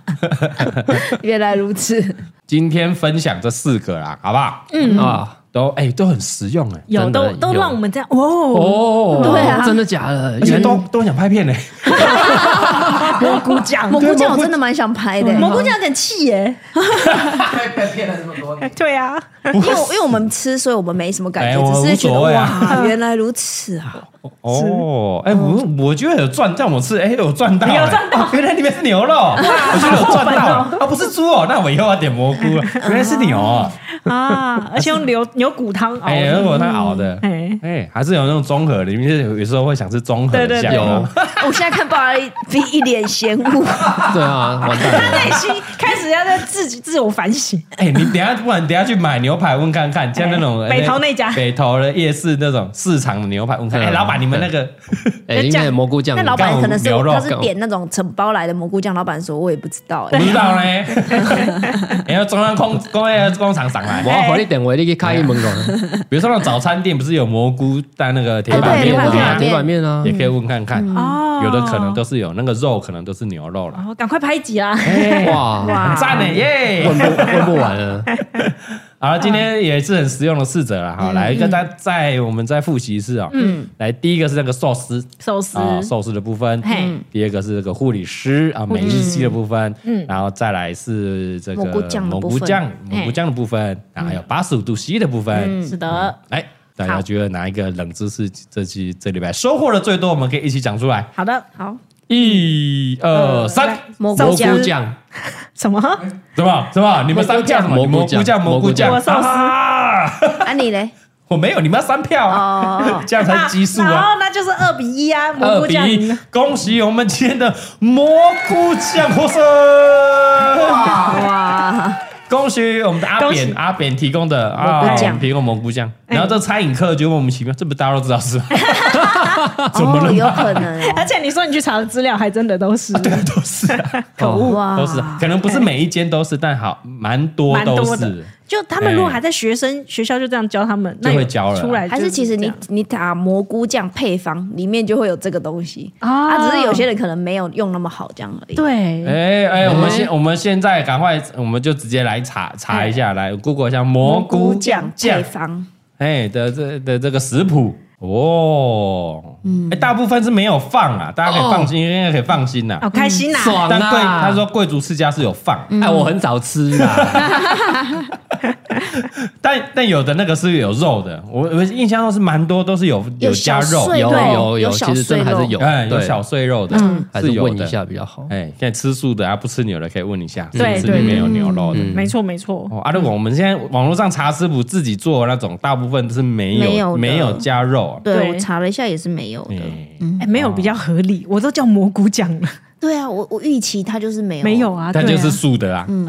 Speaker 3: 原来如此。
Speaker 2: 今天分享这四个啦，好不好？
Speaker 4: 啊
Speaker 2: 都哎都很实用哎，
Speaker 5: 有
Speaker 4: 真的
Speaker 5: 都都
Speaker 4: 有
Speaker 5: 让我们这样哦，
Speaker 4: 哦，
Speaker 3: 对啊
Speaker 4: 真的假的？
Speaker 2: 而且
Speaker 4: 原
Speaker 2: 都都想拍片呢。
Speaker 5: 蘑菇酱，
Speaker 3: 蘑菇酱我真的蛮想拍的，嗯
Speaker 5: 蘑菇酱有点气耶、对啊，
Speaker 3: 因为我因为我们吃，所以我们没什么感
Speaker 2: 哎
Speaker 3: 觉，
Speaker 2: 我
Speaker 3: 只是觉
Speaker 2: 无
Speaker 3: 得
Speaker 2: 所谓啊
Speaker 3: 哇，原来如此啊！
Speaker 2: 哦，哎，我我觉得有赚到，我吃，哎，有赚到，有赚到，原来里面是牛肉，我觉得有赚到，啊，不是猪哦，那我以后要点蘑菇了，原来是牛哦，
Speaker 5: 啊，而且用牛牛骨汤熬
Speaker 2: 哎，
Speaker 5: 的，
Speaker 2: 我 那熬的，
Speaker 5: 嗯哎
Speaker 2: 哎，还是有那种综合的，里面有有时候会想吃综合哦
Speaker 5: 对
Speaker 2: 一
Speaker 5: 对
Speaker 2: 下，
Speaker 5: 对
Speaker 2: 有
Speaker 3: 我现在看鲍阿比一脸嫌恶，
Speaker 4: 对啊，完
Speaker 5: 他
Speaker 4: 蛋了。
Speaker 5: 内心开始要在自己自我反省，
Speaker 2: 哎，你等一下，不然等一下去买牛排问看看，像那种
Speaker 5: 哎北投那家
Speaker 2: 北投的夜市那种市场的牛排问看看，哎，老板你们那个
Speaker 4: 哎， 应该有蘑
Speaker 2: 嗯
Speaker 4: 菇酱
Speaker 3: 那，老板可能是
Speaker 2: 干我牛肉
Speaker 3: 他是点那种承包来的蘑菇酱，老板说我也不知道
Speaker 2: 不
Speaker 3: 哎，
Speaker 2: 知道哎嘞，然后中央空工业工厂上来
Speaker 4: 我，
Speaker 3: 哎
Speaker 4: 要回你点，我你去开一门口。
Speaker 2: 比如说那种早餐店不是有蘑菇在那个铁
Speaker 3: 哎
Speaker 2: 板
Speaker 3: 对
Speaker 2: 面
Speaker 3: 铁板面
Speaker 2: 吗
Speaker 4: 啊，铁板面啊
Speaker 2: 也，可以问看看，
Speaker 5: 哦
Speaker 2: 嗯有的可能都是有那个肉，可能都是牛肉啦。
Speaker 5: 然后赶快拍一啊集啦，
Speaker 3: 哎
Speaker 4: 哎哇，
Speaker 2: 很赞呢欸耶！
Speaker 4: 问不问不完啊了。
Speaker 2: 好了，今天也是很实用的四则了哈。来跟大家再我们再复习一次哦。嗯，来第一个是那个寿司
Speaker 5: 寿司，嗯
Speaker 2: 啊，寿司的部分
Speaker 5: 嘿。
Speaker 2: 第二个是这个护理师啊，美日系的部分。嗯，然后再来是这个
Speaker 3: 蘑菇酱的
Speaker 2: 蘑
Speaker 3: 部分
Speaker 2: 菇酱
Speaker 5: 嘿嗯
Speaker 2: 蘑菇酱的部分，然后还有八十五度 C 的部分。
Speaker 5: 是的，
Speaker 2: 来，大家觉得哪一个冷知识这期这礼拜收获的最多？我们可以一起讲出来。
Speaker 5: 好的，
Speaker 3: 好，
Speaker 2: 一
Speaker 5: 呃
Speaker 2: 二呃三，
Speaker 4: 蘑
Speaker 3: 蘑菇
Speaker 4: 菇
Speaker 3: 酱
Speaker 4: 酱，
Speaker 5: 什么？
Speaker 2: 什么什么？你们三票什么？
Speaker 4: 蘑
Speaker 2: 蘑
Speaker 4: 菇
Speaker 2: 菇
Speaker 4: 酱
Speaker 2: 酱，蘑
Speaker 4: 蘑
Speaker 2: 菇
Speaker 4: 菇酱
Speaker 2: 酱，
Speaker 5: 我寿司
Speaker 2: 啊！
Speaker 3: 啊你嘞？
Speaker 2: 我没有，你们要三票啊
Speaker 3: 哦，
Speaker 2: 这样才基数
Speaker 5: 然
Speaker 2: 啊。
Speaker 5: 哦后那就是二比一啊，蘑
Speaker 2: 二
Speaker 5: 菇
Speaker 2: 比
Speaker 5: 酱赢
Speaker 2: 一
Speaker 5: 了，，
Speaker 2: 恭喜我们今天的蘑菇酱获胜！
Speaker 3: 哇，
Speaker 2: 恭喜我们的阿
Speaker 5: 恭喜
Speaker 2: 扁，阿扁提供的啊
Speaker 3: 蘑菇酱
Speaker 2: 提供蘑菇酱。
Speaker 5: 哎
Speaker 2: 然后这餐饮课就莫名其妙，这不大家都知道 是吧？
Speaker 5: 啊
Speaker 2: 怎么
Speaker 3: 哦，
Speaker 2: 了
Speaker 3: 有
Speaker 2: 吗？
Speaker 3: 可 能
Speaker 5: 而且你说你去查的资料，还真的都是，
Speaker 2: 都是啊，
Speaker 3: 哦，哇，
Speaker 2: 都是啊，可能不是每一间都是，但好蛮多
Speaker 5: 蛮
Speaker 2: 都
Speaker 5: 多的
Speaker 2: 是。
Speaker 5: 就他们如果还在学生学校就这样教他们，那
Speaker 2: 哎就会教了
Speaker 5: 出来就
Speaker 3: 还是其实
Speaker 5: 这
Speaker 3: 你
Speaker 5: 样
Speaker 3: 你打蘑菇酱配方里面就会有这个东西
Speaker 5: 啊
Speaker 3: 啊，只是有些人可能没有用那么好这样而已。
Speaker 5: 对
Speaker 2: 哎哎，
Speaker 3: 嗯
Speaker 2: 我们
Speaker 4: 哎
Speaker 2: 现我们现在赶快，我们就直接来查查一
Speaker 3: 哎
Speaker 2: 下，来 Google 一下蘑菇酱酱
Speaker 3: 配，方，
Speaker 2: 哎的这的这个食谱哦，
Speaker 3: 嗯
Speaker 2: 哎，大部分是没有放啊，大家可以放心，应该可以放心呐
Speaker 3: 哦
Speaker 5: 好。哦开心呐！
Speaker 4: 爽
Speaker 2: 但贵
Speaker 4: 啊！
Speaker 2: 他说贵族世家是有放，
Speaker 3: 嗯
Speaker 4: 哎，我很少吃啊，
Speaker 2: 但但有的那个是有肉的，我我印象中是蛮多都是有
Speaker 3: 有
Speaker 2: 加
Speaker 3: 小
Speaker 2: 肉，
Speaker 3: 碎
Speaker 4: 有
Speaker 3: 肉
Speaker 4: 有
Speaker 3: 嗯有小
Speaker 4: 其实真的
Speaker 3: 碎
Speaker 4: 还是
Speaker 3: 肉嗯
Speaker 4: 有，
Speaker 2: 哎有
Speaker 4: 对
Speaker 2: 小碎肉的，
Speaker 4: 还是
Speaker 2: 有
Speaker 4: 问
Speaker 2: 的
Speaker 4: 一。下比较好。
Speaker 2: 哎，现在吃素的啊，不吃牛的可以问一下，
Speaker 5: 对
Speaker 2: 是不是里面有牛肉的。
Speaker 5: 没错没错，
Speaker 2: 哦，啊，如果我们现在网络上查食谱自己做的那种，大部分是没有
Speaker 3: 没有的
Speaker 2: 加肉啊。
Speaker 3: 对
Speaker 5: 对
Speaker 3: 我查了一下也是没有的。
Speaker 2: 哎
Speaker 5: 哎，没有比较合理，我都叫蘑菇酱了，
Speaker 3: 对啊，我我预期它就是没有，
Speaker 5: 没有，啊，
Speaker 2: 但
Speaker 5: 对
Speaker 2: 就
Speaker 5: 啊
Speaker 2: 是素的啦，
Speaker 5: 嗯，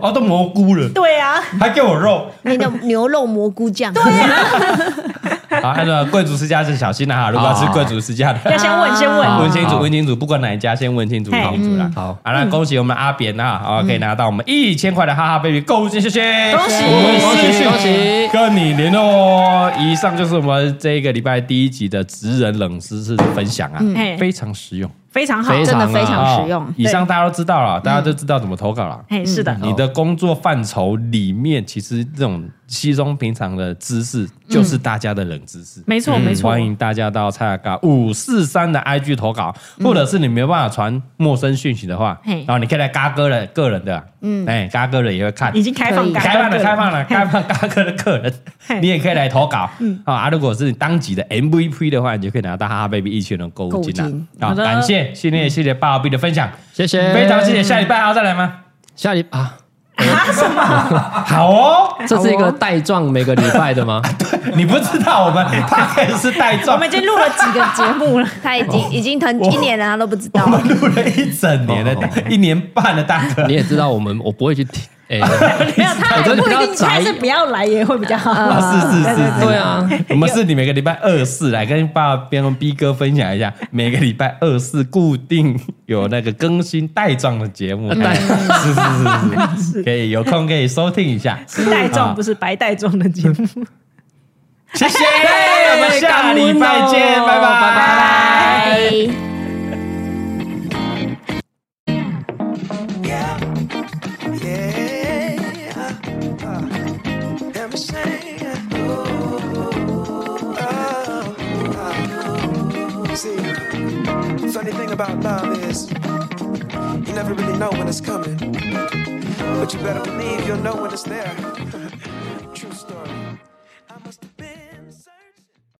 Speaker 2: 哦，都蘑菇了，
Speaker 5: 对啊，
Speaker 2: 还给我肉
Speaker 3: 那叫牛肉蘑菇酱。对呀，
Speaker 2: 啊！那个贵族世家是小心的啊哈，如果要吃贵族世家
Speaker 5: 要啊
Speaker 2: 的，
Speaker 5: 先问先问，
Speaker 2: 问清楚，
Speaker 4: 好
Speaker 2: 问清楚，不管哪一家，先问清楚，
Speaker 5: 嘿
Speaker 2: 问清楚啦。
Speaker 4: 好
Speaker 2: 啊，那恭喜我们阿扁啊，啊，可以拿到我们一千块的哈哈 baby 购物金，谢谢，
Speaker 5: 恭
Speaker 4: 哎
Speaker 5: 喜
Speaker 2: 我们
Speaker 4: 恭
Speaker 2: 继续
Speaker 4: 喜恭喜！
Speaker 2: 跟你联络哦。以上就是我们这一个礼拜第一集的职人冷知识的分享啊，
Speaker 5: 嘿
Speaker 2: 非常实用。
Speaker 5: 非常好，
Speaker 4: 非
Speaker 3: 真
Speaker 4: 常
Speaker 3: 的
Speaker 4: 啊
Speaker 3: 非常实
Speaker 2: 哦
Speaker 3: 用。
Speaker 2: 以上大家都知道了，大家都知道怎么投稿了。
Speaker 5: 嗯哎，是的，
Speaker 2: 嗯你的工作范畴里面，其实这种稀松平常的知识，就是大家的冷知识。
Speaker 5: 嗯没错没
Speaker 2: 嗯
Speaker 5: 错，
Speaker 2: 欢迎大家到蔡阿嘎五四三的 IG 投稿，或者是你没有办法传陌生讯息的话，
Speaker 5: 嗯嘿
Speaker 2: 然后你可以来嘎哥的个人的，嗯，哎，嘎哥的也会看，
Speaker 5: 已经开放
Speaker 3: 可以
Speaker 2: 开放了，开
Speaker 5: 了，
Speaker 2: 放了，开放嘎哥的个人，你也可以来投稿。
Speaker 4: 嗯
Speaker 2: 啊，如果是你当集的 MVP 的话，你就可以拿到哈哈 baby 一千的购物
Speaker 3: 购物
Speaker 2: 金
Speaker 3: 金
Speaker 2: 啊。好，
Speaker 5: 好的
Speaker 2: 感谢系列系列爸爸 B 的分享，
Speaker 4: 谢谢，
Speaker 2: 非常谢谢。下礼拜还要再来吗？
Speaker 4: 下礼啊，
Speaker 2: 好哦，
Speaker 4: 这是一个带状每个礼拜的吗？
Speaker 2: 你不知道我 们 p o d 是带状，
Speaker 6: 我们已经录了几个节目 了，
Speaker 3: 他已经已经很一年了，他都不知道
Speaker 2: 我。们录了一整年
Speaker 4: 哦
Speaker 2: 了，一年半了，大哥
Speaker 4: 你。也知道我们我不会去听，哎，
Speaker 6: 没有他还
Speaker 4: 我真的
Speaker 6: 不
Speaker 4: 比
Speaker 6: 一
Speaker 4: 较
Speaker 6: 定，他
Speaker 4: 宅
Speaker 6: 是。不要来也会比较好。
Speaker 2: 啊，是是是是，
Speaker 4: 对啊，
Speaker 2: 我们是你每个礼拜二四来跟爸爸跟 B 哥分享一下，每个礼拜二四固定有那个更新带状的节目，
Speaker 4: 带
Speaker 2: 是是是 是，可以有空可以收听一下。
Speaker 6: 是带状
Speaker 2: 啊
Speaker 6: 不是白带状的节目。
Speaker 2: 谢谢，我们下礼拜见，拜拜
Speaker 4: 拜拜。
Speaker 3: 哎
Speaker 1: Yeah. Uh, let me sing. Ooh, oh, oh. See, funny thing about love is you never really know when it's coming, but you better believe you'll know when it's there.